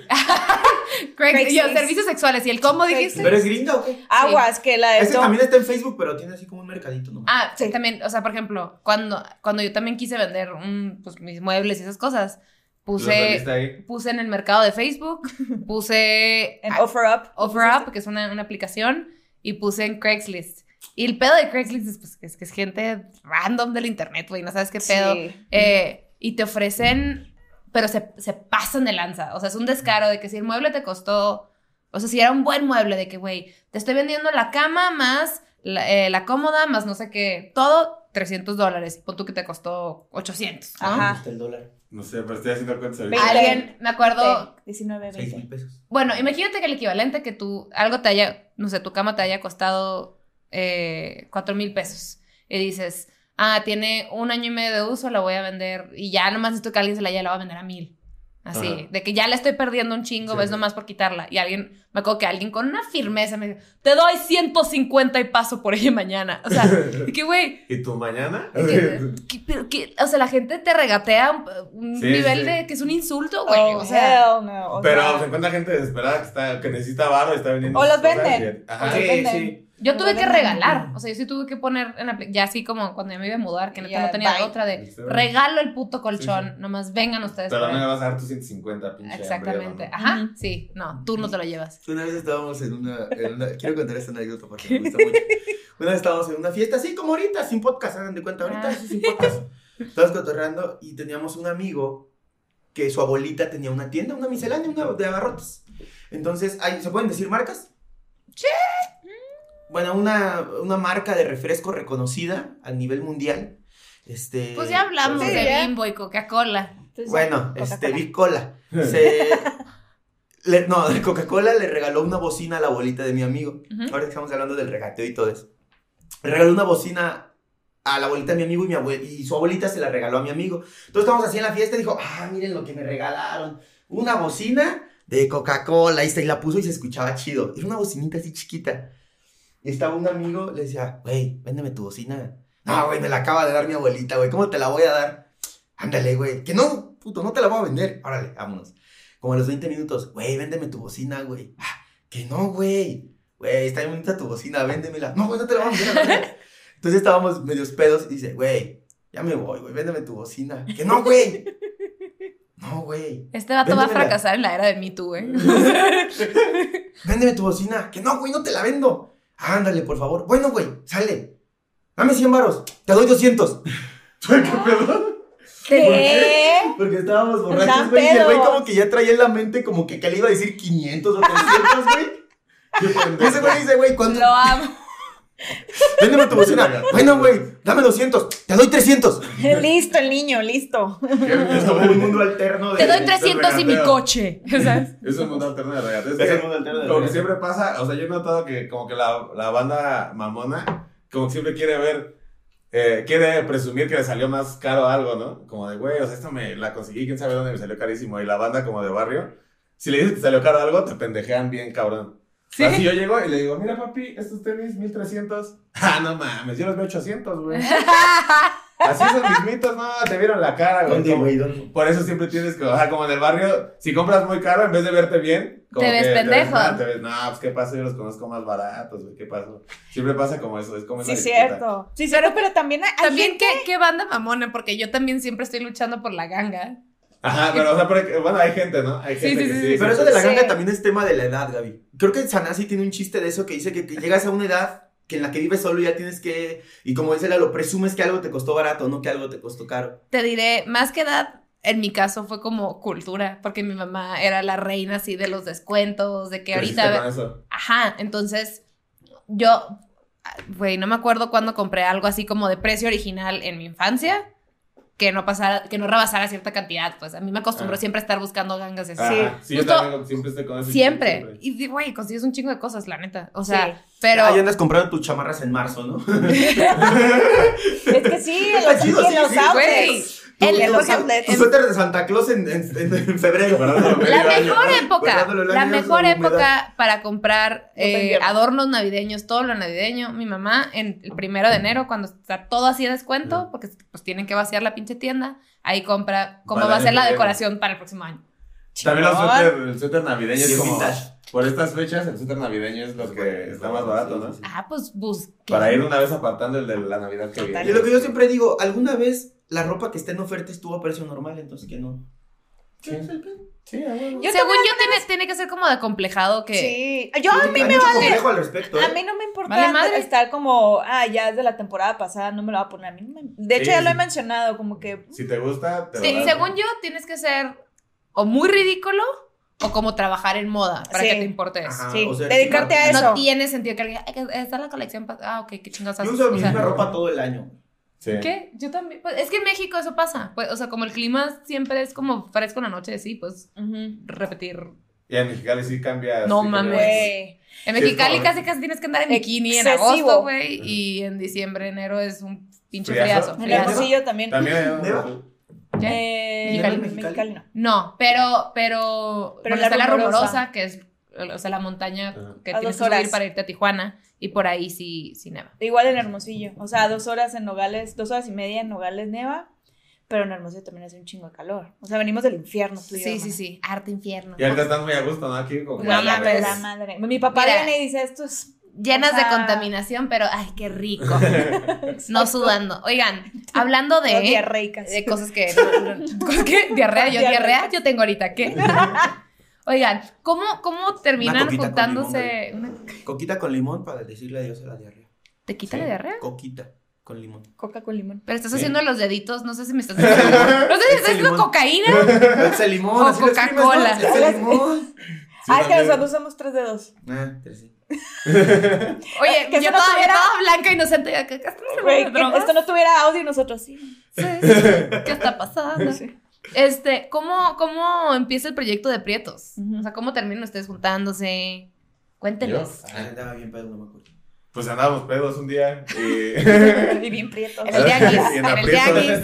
B: Craigslist.
A: yo, servicios sexuales. ¿Y el cómo dijiste?
C: ¿Pero es gringa o qué?
B: Aguas, que la de
C: Ese
B: Tom-
C: también está en Facebook, pero tiene así como un mercadito nomás.
A: Ah,
B: Sí.
A: sí. también, o sea, por ejemplo, cuando, cuando yo también quise vender un, pues, mis muebles y esas cosas, puse,
D: Ahí.
A: puse en el mercado de
B: <laughs>
A: Facebook, puse
B: en
A: a-
B: Offer Up.
A: OfferUp, que es una, una aplicación, y puse en Craigslist. Y el pedo de Craigslist es, pues, es que es gente random del internet, güey, no sabes qué pedo.
B: Sí.
A: Eh, y te ofrecen, pero se, se pasan de lanza. O sea, es un descaro de que si el mueble te costó, o sea, si era un buen mueble, de que, güey, te estoy vendiendo la cama más la, eh, la cómoda, más no sé qué, todo 300 dólares. Pon tú que te costó 800. ¿no?
B: Ajá.
C: Está el dólar.
D: No sé, pero estoy haciendo cuentas
B: Veinte.
D: ahorita.
A: Alguien, me acuerdo,
B: 20, 19,
C: 6 mil
B: 20.
C: pesos.
A: bueno, imagínate que el equivalente que tú, algo te haya, no sé, tu cama te haya costado eh, 4 mil pesos. Y dices, ah, tiene un año y medio de uso, la voy a vender. Y ya nomás esto que alguien se la haya, la va a vender a mil. Así,
D: Ajá.
A: de que ya la estoy perdiendo un chingo,
D: Sí,
A: ves
D: sí.
A: nomás por quitarla. Y alguien, me acuerdo que alguien con una firmeza me dijo, te doy 150 y paso por ella mañana.
D: <laughs>
A: O sea, de que güey,
D: ¿Y
B: <laughs>
D: tú mañana?
A: que- que- pero que- o sea, la gente te regatea un, un
D: Sí,
A: nivel
D: sí.
A: de que es un insulto, güey.
B: Oh,
A: o sea,
B: hell no. o
D: <laughs> Pero
B: sea,
D: se encuentra gente desesperada que, está, que necesita barro y está vendiendo.
B: O los
D: sus cosas
B: venden.
D: y- Ajá.
B: Sí,
C: Sí,
B: venden.
C: sí.
A: Yo tuve que
B: Bueno.
A: regalar, o sea, yo sí tuve que poner en la apli- ya así como cuando yo me iba a mudar, que neta
B: Ya,
A: no tenía
B: bye.
A: otra de
D: Sí.
A: regalo el puto colchón,
D: Sí,
A: nomás vengan ustedes.
D: Este, Pero
A: por
D: no
A: él".
D: le vas a dar tus 150, pinche.
A: Exactamente.
D: hambriento,
A: Ajá,
B: Ujú.
A: sí, no, tú no te lo llevas.
C: Una vez estábamos en una, en una- Quiero contar esta anécdota porque me gusta mucho. Una vez estábamos en una fiesta, así como ahorita, sin podcast, hagan de cuenta ahorita,
A: Ah.
C: así sin podcast. Estábamos cotorreando y teníamos un amigo que su abuelita tenía una tienda, una miscelánea, una de abarrotes. Entonces, ahí- ¿se pueden decir marcas? Bueno, una, una marca de refresco reconocida a nivel mundial. Este,
A: Pues ya hablamos
C: Sí,
A: de
B: ya.
A: Bimbo y Coca-Cola.
B: entonces,
C: bueno,
B: Coca-Cola.
C: este, Bicola.
A: Ah,
D: <laughs> ¿no?
C: Se... le- no, de Coca-Cola le regaló una bocina a la abuelita de mi amigo.
A: Ujú.
C: Ahora que estamos hablando del regateo y todo eso. Le regaló una bocina a la abuelita de mi amigo y, mi abue- y su abuelita se la regaló a mi amigo. Entonces estábamos así en la fiesta y dijo, ah, miren lo que me regalaron. Una bocina de Coca-Cola. Y, se- y la puso y se escuchaba chido. Era una bocinita así chiquita. Y estaba un amigo, le decía, güey, véndeme tu bocina. No, güey, me la acaba de dar mi abuelita, güey. ¿Cómo te la voy a dar? Ándale, güey. Que no, puto, no te la voy a vender. Órale, vámonos. Como a los 20 minutos, güey, véndeme tu bocina, güey. "Ah, que no, güey. Güey, está bien bonita tu bocina, véndemela. No, güey, no te la voy a vender. ándale".
B: <laughs>
C: Entonces estábamos medios pedos y dice, güey, ya me voy, güey, véndeme tu bocina. Que
B: <laughs>
C: no, güey. No, güey.
A: Este vato va a
C: Véndemela.
A: fracasar en la era de Me Too, ¿eh?
D: <laughs>
A: güey.
C: Véndeme tu bocina. Que no, güey, no te la vendo. <laughs> Ándale, por favor. Bueno, güey, sale. Dame 100 varos. Te doy 200. ¿Qué
D: <laughs>
C: pedo?
B: ¿Qué?
C: Porque estábamos borrachos,
B: Están
C: güey. Y el güey
B: pedos.
C: como que ya traía en la mente como que, que le iba a decir 500 o 300, güey.
B: <laughs>
C: Y ese güey dice, güey, ¿cuánto?
A: Lo amo.
C: Véndeme tu bocina. Bueno, güey, dame 200. Te doy 300.
B: Listo, el niño, listo.
C: Es como un mundo alterno de...
A: Te doy
D: Del
A: 300 y mi
D: regateo.
A: coche. <laughs> ¿sabes?
D: Es un mundo alterno de regates.
C: Es el mundo alterno de
D: Como que
C: regates.
D: siempre pasa, o sea, yo he notado que como que la, la banda mamona, como que siempre quiere ver, eh, quiere presumir que le salió más caro algo, ¿no? Como de, güey, o sea, esto me la conseguí, quién sabe dónde me salió carísimo. Y la banda como de barrio, si le dices que te salió caro algo, te pendejean bien, cabrón.
A: Sí.
D: Así yo llego y le digo, mira papi, estos tenis 1300. <laughs> Ah, no mames, yo los veo 800, güey. Así son mismitos, no, te vieron la cara, güey.
C: ¿Dónde,
D: Como-
C: güey? ¿Dónde?
D: por eso siempre tienes que, o sea, como en el barrio, si compras muy caro, en vez de verte bien, como
A: Te ves
D: que
A: pendejo.
D: mal, Te ves, no, pues qué pasa, yo los conozco más baratos, güey, qué pasa. Siempre pasa como eso, es como
B: Sí,
D: esa disputa.
B: cierto. Sí, cierto, pero también hay
A: También
B: gente-
A: qué, qué banda mamona, porque yo también siempre estoy luchando por la ganga.
D: Ajá, pero, o sea, pero, bueno, hay gente, ¿no? Hay
A: Sí,
D: gente
A: sí,
D: que
A: sí,
D: sí.
A: sí.
C: Pero eso de la
B: Sí.
C: ganga también es tema de la edad, Gaby. Creo que Sanasi tiene un chiste de eso que dice que, que llegas a una edad que en la que vives solo ya tienes que... Y como dice Lalo, presumes que algo te costó barato, no que algo te costó caro.
A: Te diré, más que edad, en mi caso fue como cultura, porque mi mamá era la reina así de los descuentos, de que
D: Creciste
A: ahorita...
D: con eso.
A: Ajá, entonces yo, ah, güey, no me acuerdo cuando compré algo así como de precio original en mi infancia, que no pasara, que no rebasara cierta cantidad, pues a mí me acostumbró
D: Ah.
A: siempre a estar buscando gangas así.
D: Ajá, sí, yo
A: Justo-
D: también siempre estoy con eso.
A: Siempre. Y di- güey, consigues un chingo de cosas, la neta. O sea,
B: Sí.
A: pero
D: Ah,
C: Ahí andas comprando tus chamarras en marzo, ¿no?
B: Es que sí, en
C: Está
B: los,
C: chido,
B: en
C: sí,
B: los
C: sí,
B: outfits.
A: El-
C: Tu-
A: el-
C: tu-
B: el-
C: Tu suéter de Santa Claus en, en, en- en febrero.
D: Guardándolo, güey.
A: La
D: Medio año,
A: mejor
C: ¿no?
A: época,
C: Guardándolo el
A: la
C: año de
A: mejor
C: humedad.
A: época para comprar
B: te
A: eh,
B: invierno.
A: adornos navideños, todo lo navideño. Mi mamá en el primero de enero, cuando está todo así de descuento,
D: Mm.
A: porque pues tienen que vaciar la pinche tienda, ahí compra cómo
D: Para
A: va a
D: el
A: ser la
D: año que viene.
A: decoración para el próximo año.
D: También el
B: Chingón.
D: suéter, el suéter navideño
C: Sí,
D: es como...
C: vintage.
D: Por estas fechas, el suéter navideño es lo que está más barato, ¿no?
C: Sí, sí, sí.
A: Ah, pues busqué.
D: Para ir una vez apartando el de la Navidad que
B: Total.
D: viene.
C: Y lo que yo siempre digo, alguna vez la ropa que está en oferta estuvo a precio normal, entonces que no.
D: Sí, sí, a
A: Según
D: huevo.
A: yo, tiene, tiene que ser como de complejado que...
B: Sí. Yo a mí
C: Hay
B: me
C: mucho
B: vale.
C: complejo al respecto, ¿eh?
B: A mí no me importa
A: Vale madre.
B: estar como, ah, ya es de la temporada pasada, no me lo va a poner. A mí no me- De hecho,
D: Sí,
B: ya lo he
D: sí.
B: mencionado, como que.
D: Si te gusta, te
A: Sí, según yo, tienes que ser o muy ridículo o como trabajar en moda para
B: Sí.
A: que te importe eso.
C: Ajá,
B: sí,
C: o sea,
B: dedicarte
C: sí,
B: a
A: No
B: eso.
A: tiene sentido que alguien. "Ay, que Está la colección. pas- Ah, ok, qué chingados
C: Yo
A: haces?"
C: uso
A: O
C: mi
A: sea,
C: misma ropa todo el año.
D: Sí.
A: ¿Qué? Yo también. Pues, es que en México eso pasa. Pues, o sea, como el clima siempre es como fresco en la noche, sí, pues
B: Ujú.
A: repetir.
D: Y en Mexicali sí cambia.
A: No
D: sí cambia
A: mames.
D: bastante.
B: Güey.
A: En
D: Sí, es
A: Mexicali
D: como-
A: casi casi tienes que andar en bikini en
B: Excesivo.
A: agosto, güey. Y en diciembre, enero es un pinche
D: Friazo.
A: friazo.
B: En
A: friazo.
B: Hermosillo también.
D: También hay
C: ¿Neva?
D: algo-
A: ¿Qué?
B: Eh,
A: Mexicali.
B: en Mexicali no.
A: No, pero, pero,
B: Pero
A: bueno,
B: la
A: está la
B: rumorosa.
A: rumorosa, que es o sea, la montaña
D: Ajá.
A: que
B: A
A: tienes
B: dos
A: que subir
B: horas.
A: para irte a Tijuana. Y por ahí sí, sí neva.
B: Igual en Hermosillo. O sea, dos horas en Nogales, dos horas y media en Nogales neva. Pero en Hermosillo también hace un chingo de calor. O sea, venimos del infierno, tú y
A: Sí,
B: yo,
A: sí,
B: hermana.
A: sí. Arte infierno.
D: Y ahorita estás muy a gusto, ¿no? Aquí como.
A: No
B: La madre,
A: mames. Ah,
B: la madre. Mi papá
A: Mira.
B: viene y dice, esto es...
A: llenas
B: O sea-
A: de contaminación, pero ay, qué rico.
D: <laughs>
A: no sudando. Oigan, hablando
B: Las
A: de,
B: diarreicas.
A: de cosas
B: <laughs>
A: que, cosas que- diarrea, yo diarrea, yo tengo ahorita,
B: <laughs>
A: ¿qué? Oigan, ¿cómo, cómo terminan
C: coquita con
A: juntándose? una-
C: Coquita con limón para decirle adiós a la diarrea.
A: ¿Te quita
D: Sí.
A: la diarrea?
C: Coquita
A: <laughs>
C: con limón.
B: Coca con limón.
A: Pero estás
D: Sí.
A: haciendo los deditos, no sé si me estás
C: <laughs>
A: haciendo. No sé si
C: Ese
A: estás haciendo
C: limón.
A: cocaína.
C: Es el limón,
A: O
C: así lo exprimes, ¿no?
A: Coca-Cola.
C: Es el
A: <laughs>
C: limón.
D: Sí,
B: ah, es que
D: también.
B: nosotros somos tres dedos.
C: Ah, pero sí.
A: Oye,
B: <laughs> Que
A: que
B: eso
A: yo
B: no
A: todavía
B: tuviera-
A: toda blanca inocente. ¿Qué, qué,
B: Güey, que esto no tuviera audio y nosotros
D: <laughs>
B: sí.
C: <laughs>
A: ¿Qué está pasando?
B: Sí.
A: Este, ¿cómo, ¿cómo empieza el proyecto de Prietos?
B: Ujú.
A: O sea, ¿cómo terminan ustedes juntándose? Cuéntenos.
C: Ah, andaba bien pedo, no me acuerdo.
D: Pues andábamos pedos un día.
A: <laughs>
D: Y.
B: Y bien prietos.
A: En el tianguis,
D: <laughs> Y
A: en
D: en
A: el
D: aprietos.
A: tianguis.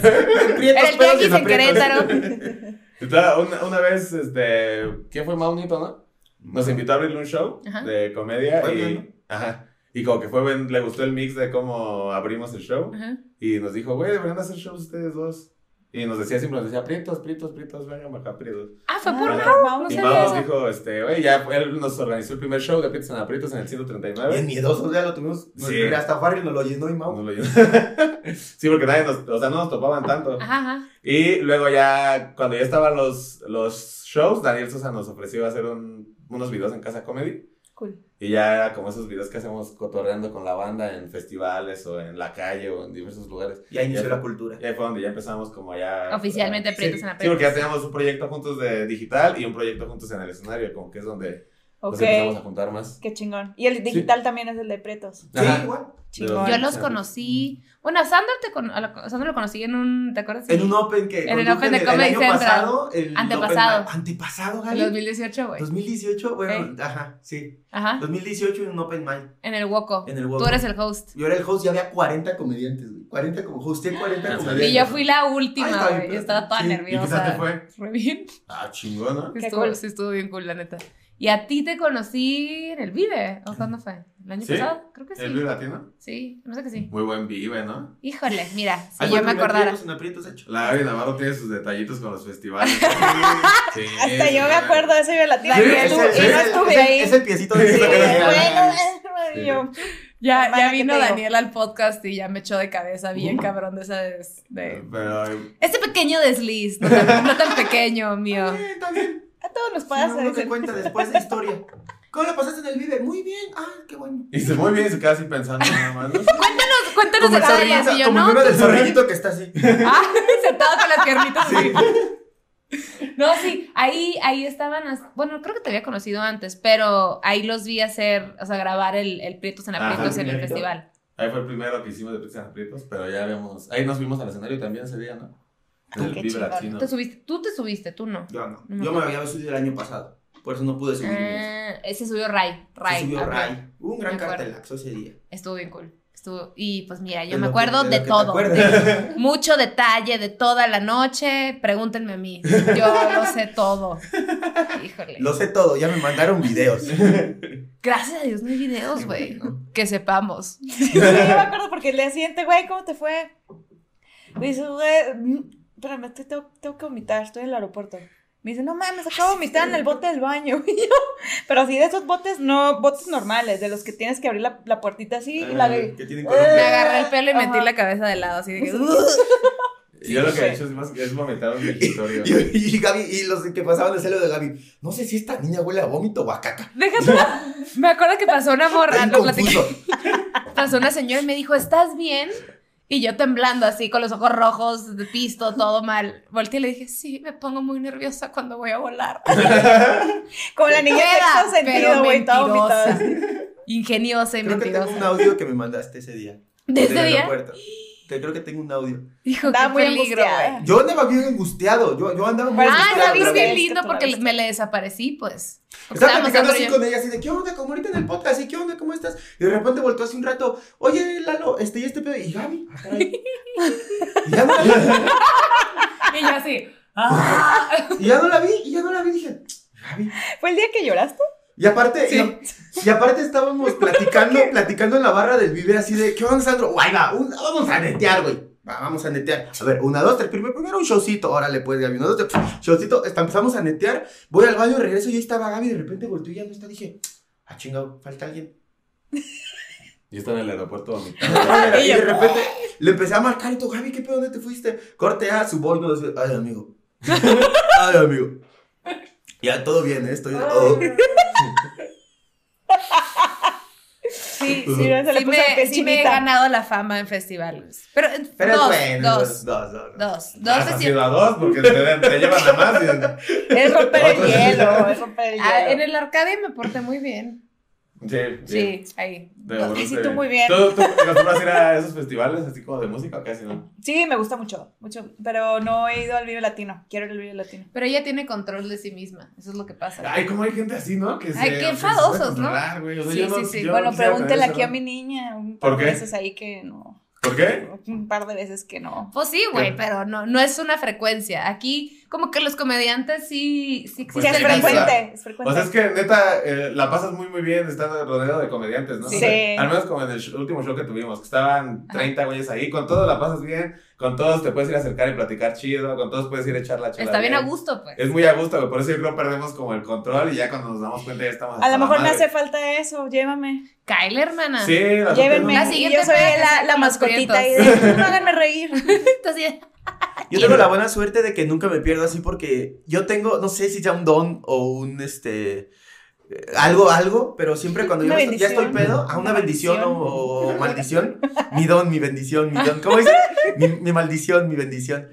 C: Prietos,
A: En el
C: pedos y
A: tianguis en
C: aprietos.
A: Querétaro.
C: <laughs>
D: Estaba Una, una vez, este. ¿Quién fue Maunito, no? Nos invitó a abrirle un show
A: Ajá.
D: de comedia
C: Fue bien,
D: y. Ajá. Y como que fue, buen- le gustó el mix de cómo abrimos el show.
A: Ajá.
D: Y nos dijo, güey, deberían hacer shows ustedes dos. Y nos decía siempre, nos decía, prietos, prietos, prietos, vengan acá, prietos.
A: Ah, fue por
D: Ah,
A: Mau.
B: Mau,
A: No
D: Y
A: sabía
D: Mau
A: eso.
D: dijo, este, güey, ya fue- él nos organizó el primer show de Prietos en Aprietos en el
C: Bien
D: 139.
C: miedosos, ya lo tuvimos. nos-
D: Sí.
C: Mira, hasta Farrell nos lo llenó y Mau.
D: No lo llevo. <laughs> sí, porque nadie nos, o sea, no nos topaban tanto.
A: Ajá, ajá.
D: Y luego ya, cuando ya estaban los, los shows, Daniel Sosa nos ofreció hacer un- unos videos en Casa Comedy.
B: Cool.
D: Y ya era como esos videos que hacemos cotorreando con la banda en festivales o en la calle o en diversos lugares.
C: Y ahí inició
D: fue-
C: la cultura.
D: Y ahí fue donde ya empezamos como ya...
A: Oficialmente
D: Sí,
A: Prietos en la
D: Sí, porque ya teníamos un proyecto juntos de digital y un proyecto juntos en el escenario, como que es donde
B: Ok.
D: nos empezamos a juntar más.
B: Qué chingón. Y el digital también es el de pretos.
D: Ajá.
C: Sí, igual.
B: Chingón.
A: Yo los conocí. Bueno, a Sandra, te con- a la- a Sandra lo conocí en un. ¿Te acuerdas?
C: En un Open que.
A: En el
C: conduje
A: Open de Comedy
C: año
A: Central.
C: pasado. el
A: Antepasado.
C: Open- antepasado,
A: En
C: Gali.
A: 2018, güey.
C: 2018, bueno, ajá, sí.
A: Ajá.
C: 2018 en un Open Mic,
A: En el Woco.
C: en el
A: Tú
C: Woco.
A: eres el host.
C: Yo era el host, ya había 40 comediantes, güey. 40 como hosté 40
D: Ah, sí.
C: comediantes.
A: Y yo
D: Verga.
A: fui la
C: Ahí
A: última,
C: está,
A: güey.
C: pero-
A: Yo estaba toda
C: sí, y
D: ¿Y quizás te
A: nerviosa.
D: fue?
A: Re bien.
D: Ah, chingón, ¿no?
A: Sí
B: Qué
A: estuvo,
B: cool.
A: sí estuvo bien cool, la neta. Y a ti te conocí en el Vive. ¿O cuándo fue? ¿El año
D: ¿Sí?
A: pasado? Creo que sí.
D: ¿El Vive Latino?
A: Sí, no sé que sí.
D: Muy buen vive, ¿no?
A: Híjole, mira, si
C: Ahí
A: yo
C: fue
A: me
C: el primer
A: acordara.
C: Prietos en aprietos hecho.
D: La Gaby Navarro tiene sus detallitos con los festivales.
B: <laughs>
D: Sí,
B: Hasta yo me acuerdo de ese Vive Latino.
D: Sí,
B: y no
D: ese-
B: estuve-
D: ese-
B: y no
C: es, el,
B: estuve ahí.
C: es el piecito de
D: Sí,
B: Sí,
D: ese- ese-
A: eh.
B: bueno,
D: Sí.
B: y yo,
A: Ya,
B: Hermana,
A: ya
B: ¿qué
A: vino
B: te digo?
A: Daniel al podcast y ya me echó de cabeza bien cabrón de esa des- de...
D: Pero eh,
A: Este pequeño desliz, no tan, no tan pequeño mío.
C: Bien,
A: <laughs>
C: está bien.
B: a todos nos
C: Si no,
B: pasa.
C: uno se
B: dicen.
C: cuenta después de historia. ¿Cómo la pasaste en el Vive? Muy bien. Ah, qué bueno.
D: hice muy bien su casa y pensando nada más. ¿no?
A: Cuéntanos
C: Como el
A: detalles y
C: zorrillito,
A: yo
C: como el
A: no.
C: meme del zorrillito que está así.
A: <laughs> Ah, sentado con las piernitas. así. No, sí, ahí, ahí estaban, as- bueno, creo que te había conocido antes, pero ahí los vi hacer, o sea, grabar el, el Prietos en
D: Ajá,
A: Aprietos en el
D: directo.
A: festival.
D: Ahí fue el primero que hicimos de Pizza en Aprietos, pero ya habíamos. Ahí nos vimos al escenario también ese día, ¿no? En el
B: qué
D: Vive
B: chingón.
D: Latino.
A: Te subiste, tú te subiste, tú no.
C: Yo no.
A: No me
C: Yo me había subido el año pasado. Por eso no pude subirme.
A: Ah, ese subió Ray, Ray.
C: Se subió
A: ok.
C: Ray. Hubo un gran
A: Me acuerdo.
C: cartelazo ese día.
A: Estuvo bien cool. Estuvo, y pues mira, yo
C: De
A: me
C: lo que-
A: acuerdo
C: de
A: de,
C: lo que te
A: todo. <laughs>
C: acuerdes.
A: Mucho detalle de toda la noche. Pregúntenme a mí. Yo lo sé
C: <laughs>
A: todo. Híjole.
C: Lo sé todo, ya me mandaron videos.
A: <laughs> Gracias a Dios no hay videos, güey. Que sepamos.
B: Sí, yo me acuerdo porque el día siguiente, güey, ¿cómo te fue? Me dice, güey, mm, espérame, te- tengo, tengo que vomitar, estoy en el aeropuerto. Me dice, no mames, acabo de vomitar en el bote del baño. <laughs> Y yo, pero así de esos botes, no, botes normales, de los que tienes que abrir la, la puertita así y la
C: Eh,
B: de...
C: que tienen
A: Me
C: Colombia.
A: agarré el pelo y metí
B: Ajá.
A: la cabeza de lado, así de que.
B: Eh,
D: Y Yo lo que he hecho es, más, es vomitar
B: <laughs>
D: un digitorio.
C: Y, y Gaby, y los que pasaban el celo de Gaby, no sé si esta niña huele a vómito o a caca.
A: Déjame. Me acuerdo que pasó una
C: Está
A: morra,
C: bien
A: lo platiqué.
C: confuso.
A: Pasó una señora y me dijo, ¿estás bien? Y yo temblando así, con los ojos rojos, de pisto, todo mal. Volté y le dije, sí, me pongo muy nerviosa cuando voy a
B: <laughs>
A: volar.
B: Como la niña de
A: Peda,
B: sexto sentido,
A: pero
B: güey, toda vomitada.
A: mentirosa. Ingeniosa y
C: Creo que tengo un
A: mentirosa.
C: audio que me mandaste ese día.
A: Desde
C: del
A: día,
C: aeropuerto. Te- creo que tengo un audio.
A: dijo, qué
B: Estaba muy
A: peligro,
B: angustiada. eh.
A: güey.
C: Yo andaba bien angustiado. Yo, yo andaba muy
B: Pero-
A: Ah,
C: angustiado.
A: la
B: Estaba
A: viste
C: otra
A: bien
C: vez.
A: lindo
B: Tú la
A: porque
B: viste.
A: me le desaparecí, pues. Porque
C: Estaba
A: estábamos
C: platicando
A: Sandra y
C: así
A: yo.
C: con ella, así de, ¿qué onda? Como ahorita en el podcast, así, ¿qué onda? ¿Cómo estás? Y de repente voltó hace un rato, oye, Lalo, este y este pedo. Y Gaby, ah, caray. Y ya no la vi,
A: Y yo así. "Ah".
C: y ya no la vi, y ya no la vi. Dije, Gaby.
B: <laughs> ¿Fue el día que lloraste?
C: Y aparte,
A: Sí.
C: y, y
A: <laughs>
C: aparte estábamos platicando, platicando en la barra del vive así de, ¿qué onda, Sandro? Guay, va, un- vamos a netear, güey. Va, vamos a netear. A ver, una, dos, tres. Primero, primero un showcito. Órale, pues, Gaby. Una, dos, tres. Showcito. Está- empezamos a netear. Voy al baño, regreso. Y ahí estaba Gaby. De repente volteó y ya no está. Dije, ah, chingado, falta alguien.
D: Yo estaba en el aeropuerto
B: <laughs>
C: Y,
D: vomitando.
C: de repente le empecé a marcar. Y tú, Gaby, ¿qué pedo? ¿Dónde te fuiste? Corte a su voz. No, dice, ay, amigo. <laughs> ay, amigo. Ya todo bien, ¿eh? estoy. oh.
B: <laughs>
C: <laughs>
B: Sí, sí, no, se le
A: Sí me, sí
B: puso
A: me he
B: pechimita.
A: ganado la fama en festivales. Pero, eh,
C: Pero es
A: dos,
C: bueno.
A: dos, dos,
C: dos, dos.
A: dos,
D: Has
B: pues
A: festivales.
D: sido a dos porque te, te llevan a más. y-
B: Es romper el
D: Otro.
B: hielo, es romper el
A: Ah, en
B: hielo.
A: el arcade me porté muy bien.
D: Sí, bien.
A: Sí, ahí.
D: Te
A: Dos.
D: burlaste
B: sí, tú muy bien.
D: ¿Tú, tú te acostumbras a ir a esos festivales así como de música o casi no?
B: Sí, me gusta mucho, mucho, pero no he ido al Vive Latino, quiero ir al Vive Latino.
A: Pero ella tiene control de sí misma. Eso es lo que pasa.
D: Ay, cómo hay gente así, ¿no? Que se,
A: Ay, qué
D: que se puede
A: enfadosos,
D: controlar, güey. O sea,
A: Sí,
D: yo no-
A: sí, sí.
D: yo
B: Bueno,
D: quisiera
B: pregúntele
D: tener
B: aquí a
D: eso,
B: mi niña un
D: ¿Por
B: par de
D: qué?
B: veces ahí que no.
D: ¿no? ¿Por qué?
B: Un par de veces que no.
A: Pues sí, güey,
D: ¿Qué?
A: pero no, no es una frecuencia. Aquí, como que los comediantes sí, sí
D: Pues
B: sí,
A: existen.
B: es
D: sí,
A: ahí.
B: frecuente, es frecuente.
D: O sea, es que neta, eh, la pasas muy, muy bien estar rodeado de comediantes, ¿no?
B: Sí.
D: O sea, al menos como en el sh- último show que tuvimos, que estaban 30 güeyes ahí, con todos la pasas bien, con todos te puedes ir a acercar y platicar chido, con todos puedes ir a echar la charla.
A: Está bien a gusto, pues.
D: Es muy a gusto, güey, por eso yo creo que perdemos como el control y ya cuando nos damos cuenta ya estamos.
B: a
D: hasta
B: lo mejor
D: la
B: me
D: madre.
B: hace falta eso, llévame.
A: Kyle, hermana.
D: Sí, la
B: Llévenme.
D: gente
A: La
D: no-
B: y
A: siguiente
B: yo soy
A: vez,
B: la, la
A: los
B: mascotita ahí de,
A: prietos.
B: "No, háganme reír.
A: Entonces,
C: Yo tengo la buena suerte de que nunca me pierdo así porque yo tengo, no sé si sea un don o un este eh, algo, algo, pero siempre cuando yo
B: Una
C: me- ya estoy
B: bendición.
C: pedo, a una bendición o,
B: bendición.
C: o maldición, mi don, mi bendición, mi don, ¿cómo dice? Mi, mi maldición, mi bendición.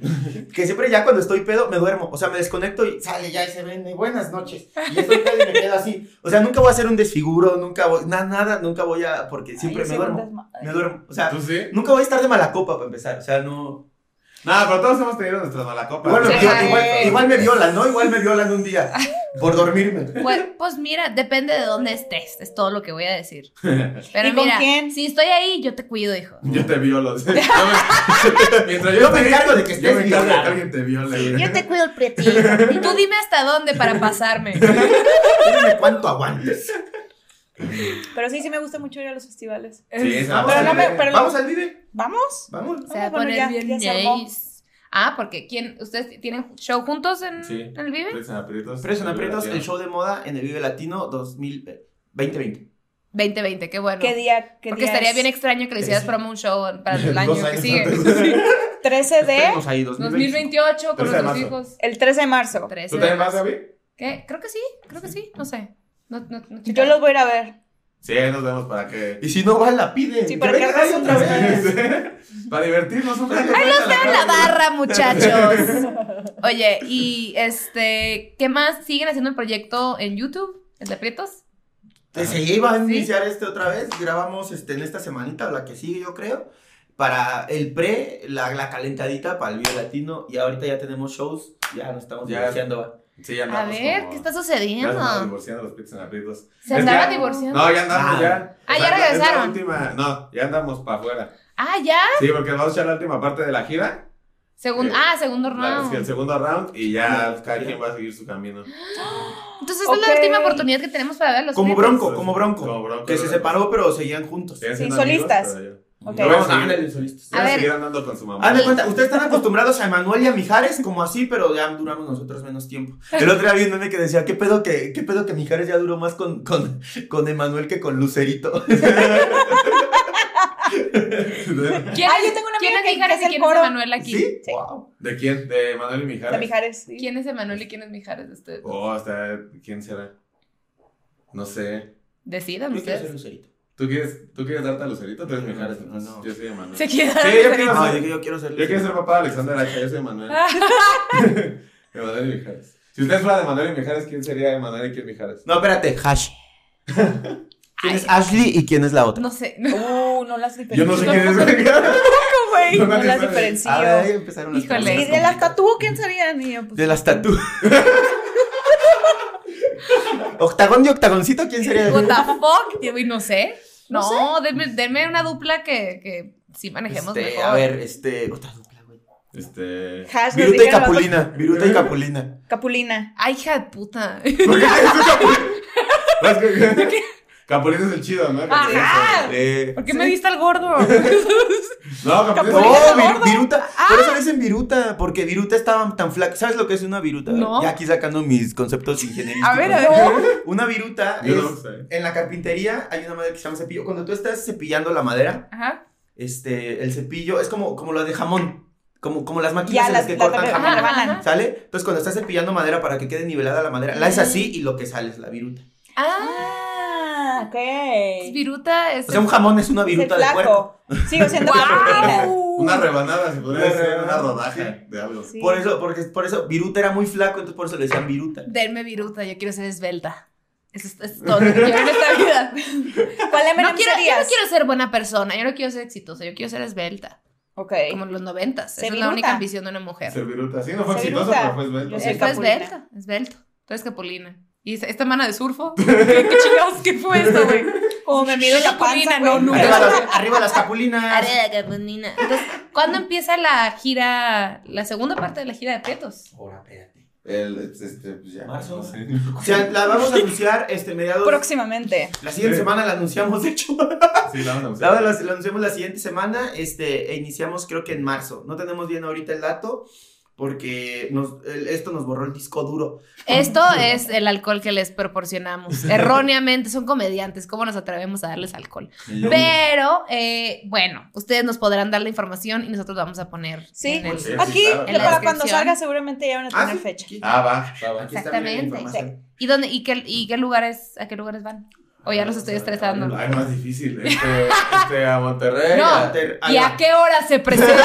C: Que siempre ya cuando estoy pedo me duermo, o sea, me desconecto y sale ya y se vende, buenas noches. Y estoy pedo y me quedo así. O sea, nunca voy a hacer un desfiguro, nunca voy, nada, nada, nunca voy a, porque siempre
B: Ay, soy
C: me
B: un
C: duermo.
B: desmadre.
C: Me duermo, o sea,
D: ¿Tú sí?
C: nunca voy a estar de mala copa para empezar, o sea, no...
D: Nada, pero todos hemos tenido nuestras malacopas.
C: Igual, me
A: Sí.
C: violan, igual- igual me violan, ¿no? Igual me violan un día por dormirme.
A: Pues, pues mira, depende de dónde estés, es todo lo que voy a decir. Pero
B: ¿Y con
A: mira, <laughs>
B: quién?
A: si estoy ahí, yo te cuido, hijo.
D: Yo te violo. <laughs> Yo <laughs> me- Mientras
C: Yo me
D: esté-
C: encargo de que estés
D: Yo me encargo de que
C: violado.
D: alguien te viole. güey. <laughs>
B: Yo te cuido el pretillo.
A: Y tú dime hasta dónde para
D: <laughs>
A: pasarme.
C: Dime cuánto aguantes.
B: Pero sí, sí me gusta mucho ir a los festivales.
D: Sí, esa
C: Vamos,
D: la
B: pero no
C: al,
B: me-
D: madre.
C: vive.
B: pero-
C: Vamos al vive.
B: ¿Vamos?
C: Vamos.
A: Se va a
B: Ah, Bueno,
A: poner
B: ya-
A: bien
B: ya se armó.
A: nice. Ah, porque ¿quién? ¿Ustedes tienen show juntos en,
D: Sí.
A: en el Vive?
D: Presos en aprietos.
C: Presos en aprietos,
D: Liberación.
C: el <laughs> show de moda en el Vive Latino 2000, eh, 2020.
A: 2020, qué bueno.
B: ¿Qué día? ¿Qué
A: porque
B: día
A: estaría
B: es?
A: bien extraño que le hicieras
C: Sí.
A: promo a un show para el año
D: Dos
A: que
D: años
A: sigue.
D: <laughs> antes.
B: 13 de...
C: Estamos ahí 2020.
A: 2028 con
D: Trece
A: nuestros
D: de marzo.
A: hijos.
B: El 13 de marzo.
A: Trece
D: ¿Tú
A: de
D: también vas,
A: marzo.
D: Gaby?
A: ¿Qué? Creo que sí, creo que sí, no sé. No, no, no,
B: Yo los voy a ir a ver.
D: Sí, nos vemos para que. <laughs>
C: Y si no va, la pide.
B: Sí,
C: Que
B: para que
C: venga
B: hagas
C: otra vez.
D: para divertirnos un rato.
A: en la barra, muchachos.
B: <laughs>
A: Oye, y este, ¿qué más? ¿Siguen haciendo el proyecto en YouTube? ¿El de Prietos?
C: Pues
D: Ajá.
C: sí, va a
A: Sí.
C: iniciar este otra vez. Grabamos este, en esta semanita, la que sigue, yo creo. Para el pre, la, la calentadita para el Vive Latino. Y ahorita ya tenemos shows. Ya nos estamos
D: Ya.
C: divorciando. va.
D: Sí, ya
A: A
D: andamos
A: ver,
D: como-
A: ¿qué está
D: Ya
A: sucediendo?
D: andamos divorciando los pitos en aprietos.
A: ¿Se
D: Es
A: andaban
D: que-
A: divorciando?
D: No, ya andamos,
C: Ah.
D: ya.
A: Ah,
D: O
A: ya
D: sea, es la
A: regresaron.
D: última- No, ya andamos para afuera.
A: Ah, ya.
D: Sí, porque vamos a echar la última parte de la gira.
A: Segun-
D: Eh,
A: ah, segundo
D: la- es que el
A: round.
D: segundo round y ya
C: Ah,
D: cada
C: ya.
D: quien va a seguir su camino.
A: Entonces, esta
B: Ok.
A: es la última oportunidad que tenemos para ver a los
C: Como
A: Prietos.
C: bronco, como bronco.
D: Como Bronco,
C: Que se
D: ¿verdad?
C: separó, pero seguían juntos.
D: Siguen
B: Sí,
D: siendo
B: solistas.
D: amigos, pero
B: Ok.
D: ya- Yo voy a seguir-
C: solistas.
D: voy a
A: A ver.
D: seguir andando con su mamá.
C: Haz de cuenta, ustedes están acostumbrados a Emanuel y a Mijares como así, pero ya duramos nosotros menos tiempo. El otro día vi un meme que decía, ¿qué pedo que, qué pedo que Mijares ya duró más con, con, con Emanuel que con Lucerito?
A: ¿Quién
B: Ah,
A: es-
B: yo tengo una
A: ¿Quién
B: amiga
A: es
B: que- que
A: Mijares
B: hace
A: y
B: el
A: quién es
B: coro.
A: Emanuel aquí?
C: <laughs> ¿Sí?
B: Sí.
C: Wow.
D: ¿De quién? ¿De Manuel y
B: De
D: Mijares?
B: Mijares, sí.
A: ¿Quién es Emanuel y quién es Mijares Este, de ustedes?
D: Oh, hasta ¿quién será? No sé.
A: Decidan
C: Yo quiero ser
A: ustedes.
C: Lucerito.
D: ¿Tú quieres, ¿tú quieres darte a Lucerito? Tú eres Mijares.
C: No,
D: entonces
C: no.
D: Yo soy de Manuel.
A: Se quieren dar
D: Sí,
A: a
D: yo
A: Lucerito.
D: quiero-
C: No, Ah, yo, yo quiero ser
D: Yo quiero
C: Lucerito.
D: ser papá de Alexander Hacha, yo soy de Manuel. <laughs> de Manuel y Mijares. Si usted fuera de Manuel y Mijares, ¿quién sería de Manuel y quién Mijares?
C: No, espérate,
A: <laughs>
C: Hash. ¿Quién
A: Ay.
C: es Ashley y quién es la otra?
A: No sé. <laughs>
B: Uh, no las
D: Yo no sé <laughs>
B: diferencio.
D: quién es.
B: güey.
D: No,
B: No,
D: nadie
B: las
D: sabe.
B: diferencio.
C: A ver, ahí empezaron las
A: Híjole.
C: preguntas
B: ¿Y de las
C: complicadas.
B: tatu quién serían? Y yo, pues,
C: <laughs> De las tatu. <laughs> Octagón y octagoncito, ¿quién sería?
A: What the fuck? Yo, güey, no sé. No, denme, denme una dupla que, que sí manejemos
C: Este,
A: mejor.
C: a ver, este, otra dupla, güey.
D: Este.
B: Hash, nos
C: Viruta y
B: dijeron las dos-
C: Capulina, Viruta y Capulina.
B: Capulina.
A: Ay, hija de puta.
C: <laughs>
D: <laughs> ¿Por qué es Capulín? Capulín es el chido, ¿no? Capulín
A: Ajá.
D: es
C: Eh,
A: ¿Por qué me diste al
C: <laughs>
A: gordo?
D: el- No, Capulín es el
C: No, Viru- Viruta. Por eso le dicen Viruta, porque Viruta estaba tan flaca. ¿Sabes lo que es una Viruta?
A: No.
C: Ya aquí sacando mis conceptos ingenierísticos.
A: A ver, a ver.
C: Una Viruta
D: Yo
C: es.
D: no ¿eh? sé.
C: En la carpintería hay una madera que se llama cepillo. Cuando tú estás cepillando la madera,
A: Ajá.
C: este, el cepillo es como, como la de jamón. Como, como las máquinas
B: Ya
C: en las
B: las,
C: que
B: las
C: cortan
B: re-
C: jamón.
A: ajá,
B: rebanan.
A: ajá.
C: ¿Sale? Entonces, cuando estás cepillando madera para que quede nivelada la madera, la es así y lo que sale es la viruta.
A: Ah,
B: Ah, ok.
A: es viruta es.
C: O sea, un jamón es una
B: Es el
C: viruta de puerco.
B: flaco. Sigo siendo capulina.
A: <laughs>
D: Una rebanada, se
C: Una
D: podría decir, una
C: rebanada,
D: rodaja de algo.
B: Sí.
C: Por eso, porque por eso Viruta era muy flaco, entonces por eso le decían Viruta.
A: Denme viruta, yo quiero ser esbelta. Eso es, es todo lo que quiero en esta vida.
B: ¿Cuál de
A: No
B: menos
A: quiero, yo no
B: serías?
A: quiero ser buena persona, yo no quiero ser exitosa, yo quiero ser esbelta.
B: Ok.
A: Como en los noventas. Esa
B: Ser
A: es la única
B: viruta.
A: ambición de una mujer.
D: Ser viruta. Sí, no fue
B: Ser
D: exitoso,
B: viruta.
D: pero fue esbelto.
B: Yo
A: Él
B: soy
A: fue
B: capulina.
A: esbelta, esbelto. Tú eres capulina. ¿Y esta, esta mano de surfo? <laughs> ¿Qué, qué chingados que fue esto, güey?
B: Como me mido la panza,
A: Capulina, no,
B: güey.
A: nunca.
C: Arriba las, arriba las capulinas.
A: Área de Capulina. Entonces, ¿cuándo empieza la gira, la segunda parte de la gira de Prietos?
C: Ahora, espérate.
D: El, este, pues ya.
C: Marzo.
D: no sé. <laughs>
C: O sea, la vamos a anunciar este mediados.
B: Próximamente.
C: La siguiente semana la anunciamos, de hecho.
D: Sí, la vamos a
C: La,
D: usar.
C: la- la anunciamos la siguiente semana, este, e iniciamos creo que en marzo. No tenemos bien ahorita el dato, porque nos, el- esto nos borró el disco duro.
A: Esto es el alcohol que les
D: <laughs>
A: proporcionamos. Erróneamente, son comediantes. ¿Cómo nos atrevemos a darles alcohol? Pero, eh, bueno, ustedes nos podrán dar la información y nosotros vamos a poner.
B: Sí.
A: en el-
D: Sí,
B: Aquí,
D: claro.
A: En la
B: para cuando
A: descripción.
B: salga, seguramente ya van a
C: Ah,
B: tener
C: sí,
B: fecha.
C: aquí-
D: Ah, va, va, va.
C: aquí está bien la
A: Exactamente.
C: información.
A: ¿Y dónde y qué, y qué lugares a qué lugares van? O ya los
C: Ah,
A: estoy estresando.
D: Ay, más difícil. Este, este, a Monterrey.
A: No.
D: a-
C: Ter- ahí
A: ¿Y
C: va.
A: a qué hora se presenta?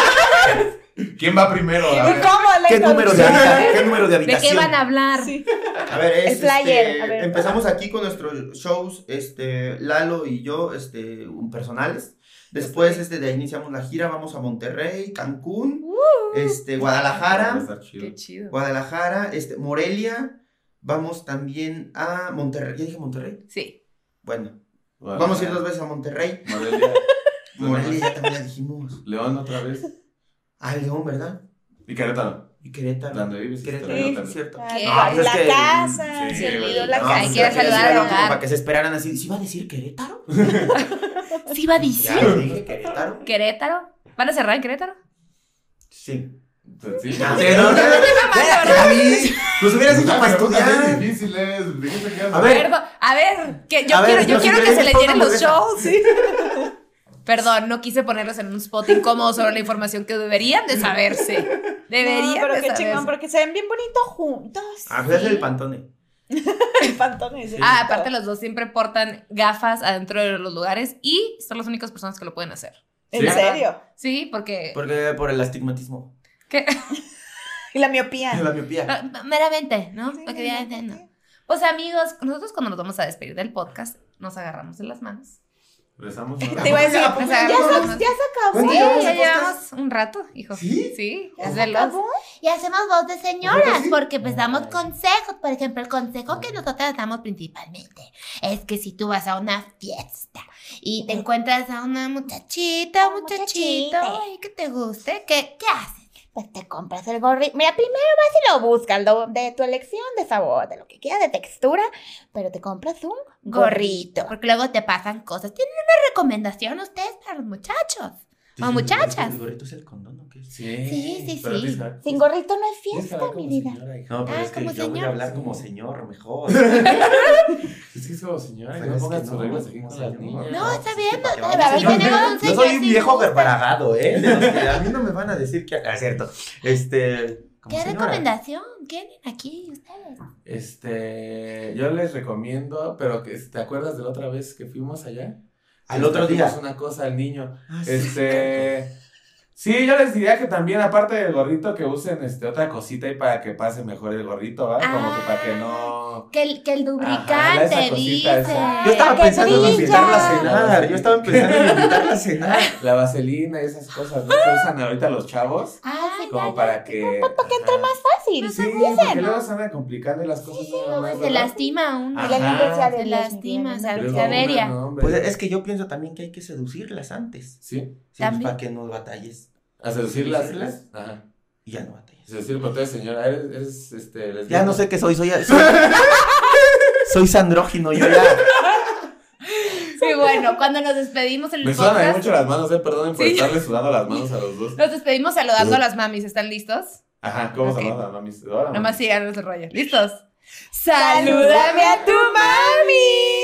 D: ¿Quién va primero? A
B: ¿Y
D: ver.
B: cómo es la
C: ¿Qué número, de
B: introducción? Ah,
C: habita- qué número de
A: ¿De
C: habitación?
A: qué van a hablar?
B: Sí.
C: A ver, es,
B: El flyer,
C: este,
B: a ver.
C: empezamos aquí con nuestros shows, este, Lalo y yo, este, un personales. Después, este, de ahí iniciamos la gira, vamos a Monterrey, Cancún, este,
D: Va a
C: Guadalajara,
D: estar chido.
A: chido.
C: Guadalajara, este, Morelia, vamos también a Monterrey, ¿ya dije Monterrey?
A: Sí.
C: Bueno,
D: Guadalajara,
C: vamos a ir dos veces a Monterrey,
D: Morelia.
C: Morelia ya también la dijimos,
D: León otra vez.
C: ah, León, ¿verdad?
D: Y Querétaro.
C: Y Querétaro.
D: Donde vives.
C: Querétaro,
B: Sí.
C: ¿no? cierto.
B: Ay,
A: Ah,
B: la-
C: pues es
B: la
C: que-
B: casa,
D: sí,
B: se olvidó
D: güey.
B: la
D: No,
B: casa.
A: Ay,
C: pues
A: quiero
C: hay que decir
A: saludar
C: al
A: al
C: último
A: hogar.
C: Para que se esperaran así, ¿sí va a decir Querétaro?
A: ¿Sí va a decir?
C: Ya, dije Querétaro.
A: ¿Querétaro? ¿Van a cerrar en
C: <laughs>
A: Querétaro?
C: Sí.
D: Sí,
C: No, no, no, no,
A: <laughs>
C: no, espérate, Nos hubieras dicho pues, para estudiar.
D: difíciles. Dijiste que ibas
C: A ver,
A: Perdón. A ver, que yo
C: A ver,
A: quiero, yo
C: los
A: quiero que se le
C: ingredientes
A: llenen los
C: son
A: shows. Perdón, no quise ponerlos en un spot incómodo sobre la información que deberían de saberse. Deberían
B: No, pero
A: de
B: qué
A: saberse.
B: chingón, porque se ven bien bonitos juntos. <laughs>
C: ah, pues es el pantone.
B: Pantones, ¿eh? sí.
A: Ah, aparte los dos siempre portan gafas adentro de los lugares y son las únicas personas que lo pueden hacer.
B: ¿En
D: Sí.
B: serio?
A: Sí, porque
C: Porque por el astigmatismo.
B: Y la miopía.
C: La miopía.
A: Ah, meramente, ¿no?
B: Sí,
A: Porque
B: sí,
A: ya-
B: sí,
A: ya
B: sí.
A: no. Pues amigos, nosotros cuando nos vamos a despedir del podcast nos agarramos de las manos.
D: Regresamos.
B: Te iba a decir,
C: ¿A poco
A: Nos
C: ya?
B: ya,
A: agarramos de las
B: se,
A: manos.
B: ya se acabó.
C: ¿Cuánto
A: Sí,
C: llevamos
A: ya
C: de podcast?
A: llevamos un rato, hijo.
C: ¿Sí?
A: Sí,
B: ¿Ya
A: es
B: se
A: veloz.
B: acabó?
F: Y hacemos voz de señoras,
C: sí?
F: porque pues damos consejos. Por ejemplo, el consejo que nosotras damos principalmente es que si tú vas a una fiesta y te encuentras a una muchachita, Un muchachito, muchachito. ay, que te guste, ¿qué, qué haces?
G: Pues te compras el gorrito. Mira, primero vas y lo buscas, lo- de tu elección, de sabor, de lo que quieras, de textura, pero te compras un gorrito.
F: Porque luego te pasan cosas. ¿Tienen una recomendación ustedes para los muchachos? O muchachas.
C: El gorrito es el condón, ¿o qué es?
F: Sí, sí,
D: Pero
F: sí.
D: tienes que hablar-
G: Sin gorrito no es
D: tienes que
G: fiesta, mi
D: hablar como
G: vida.
D: señora, hija.
C: No, pero
F: Ah,
C: es que
F: como
C: yo voy a
F: señor.
C: hablar como señor, <laughs> mejor.
D: Es que es como señora.
C: Pero
D: No
C: es
D: pongan
C: que
D: sus
C: no,
D: reglas
C: no,
D: aquí con
C: no,
D: las
C: no.
D: niñas.
F: No, está bien.
C: ¿para qué
F: no,
C: vamos
F: a
C: a
F: ver,
C: decir?
F: tenemos
C: <laughs>
F: un
C: Yo
F: señor
C: soy un
F: sin
C: viejo
F: gusto.
C: verbaragado, <laughs> ¿eh? De los que a mí no me van a decir que. Ah, es cierto. Este. como
F: ¿Qué
C: señora.
F: recomendación tienen aquí ustedes?
D: Este, yo les recomiendo, pero que ¿te acuerdas de la otra vez que fuimos allá?
C: Al
D: Les
C: otro
D: trajimos
C: día.
D: una cosa al niño.
C: Ah, sí.
D: Este. Sí, yo les diría que también, aparte del gorrito, que usen este otra cosita ahí para que pase mejor el gorrito, ¿verdad? Como que para que no.
F: Que el, que el
D: Ajá, esa
F: lubricante
D: cosita,
F: dice.
D: esa.
C: Yo estaba
G: que
C: pensando en
G: brilla.
C: invitarla a cenar. Yo estaba pensando en invitarla a cenar.
D: La vaselina y esas cosas, ¿no? Que usan ahorita los chavos.
F: Ah,
D: Como para que. Para que entre más
G: Fácil.
D: Sí, porque luego se andan complicando y las cosas nada más.
F: luego se
D: ¿verdad?
F: lastima a uno.
D: Ajá.
G: Y la iglesia de
F: Se
G: Dios, mi
F: lastima,
G: vida,
F: o sea,
G: ¿no?
D: Luego
F: se
D: una,
F: averia.
D: no, hombre.
C: Pues es que yo pienso también que hay que seducirlas antes.
D: Sí,
C: Sí, pues,
F: También.
C: para que no batalles.
D: a seducir las. Ajá.
C: Y ya no batalles.
D: Seducir, pero tú eres señora, eres, eres este.
C: Ya
D: lesbiana.
C: no sé qué soy, soy. <laughs> Soy, soy sandrógino, yo ya.
A: Sí, bueno, cuando nos despedimos en el
D: Me suenan ahí
A: podcast,
D: mucho las manos, eh, perdonen por
A: Sí.
D: estarle sudando las manos a <laughs> los dos.
A: nos despedimos saludando a las mamis. ¿Están listos?
D: Ajá, ¿cómo se
A: Ok.
D: llama la mami? Ahora, mami.
A: Nomás síganos el rollo. ¿Listos?
B: Salúdame a tu mami.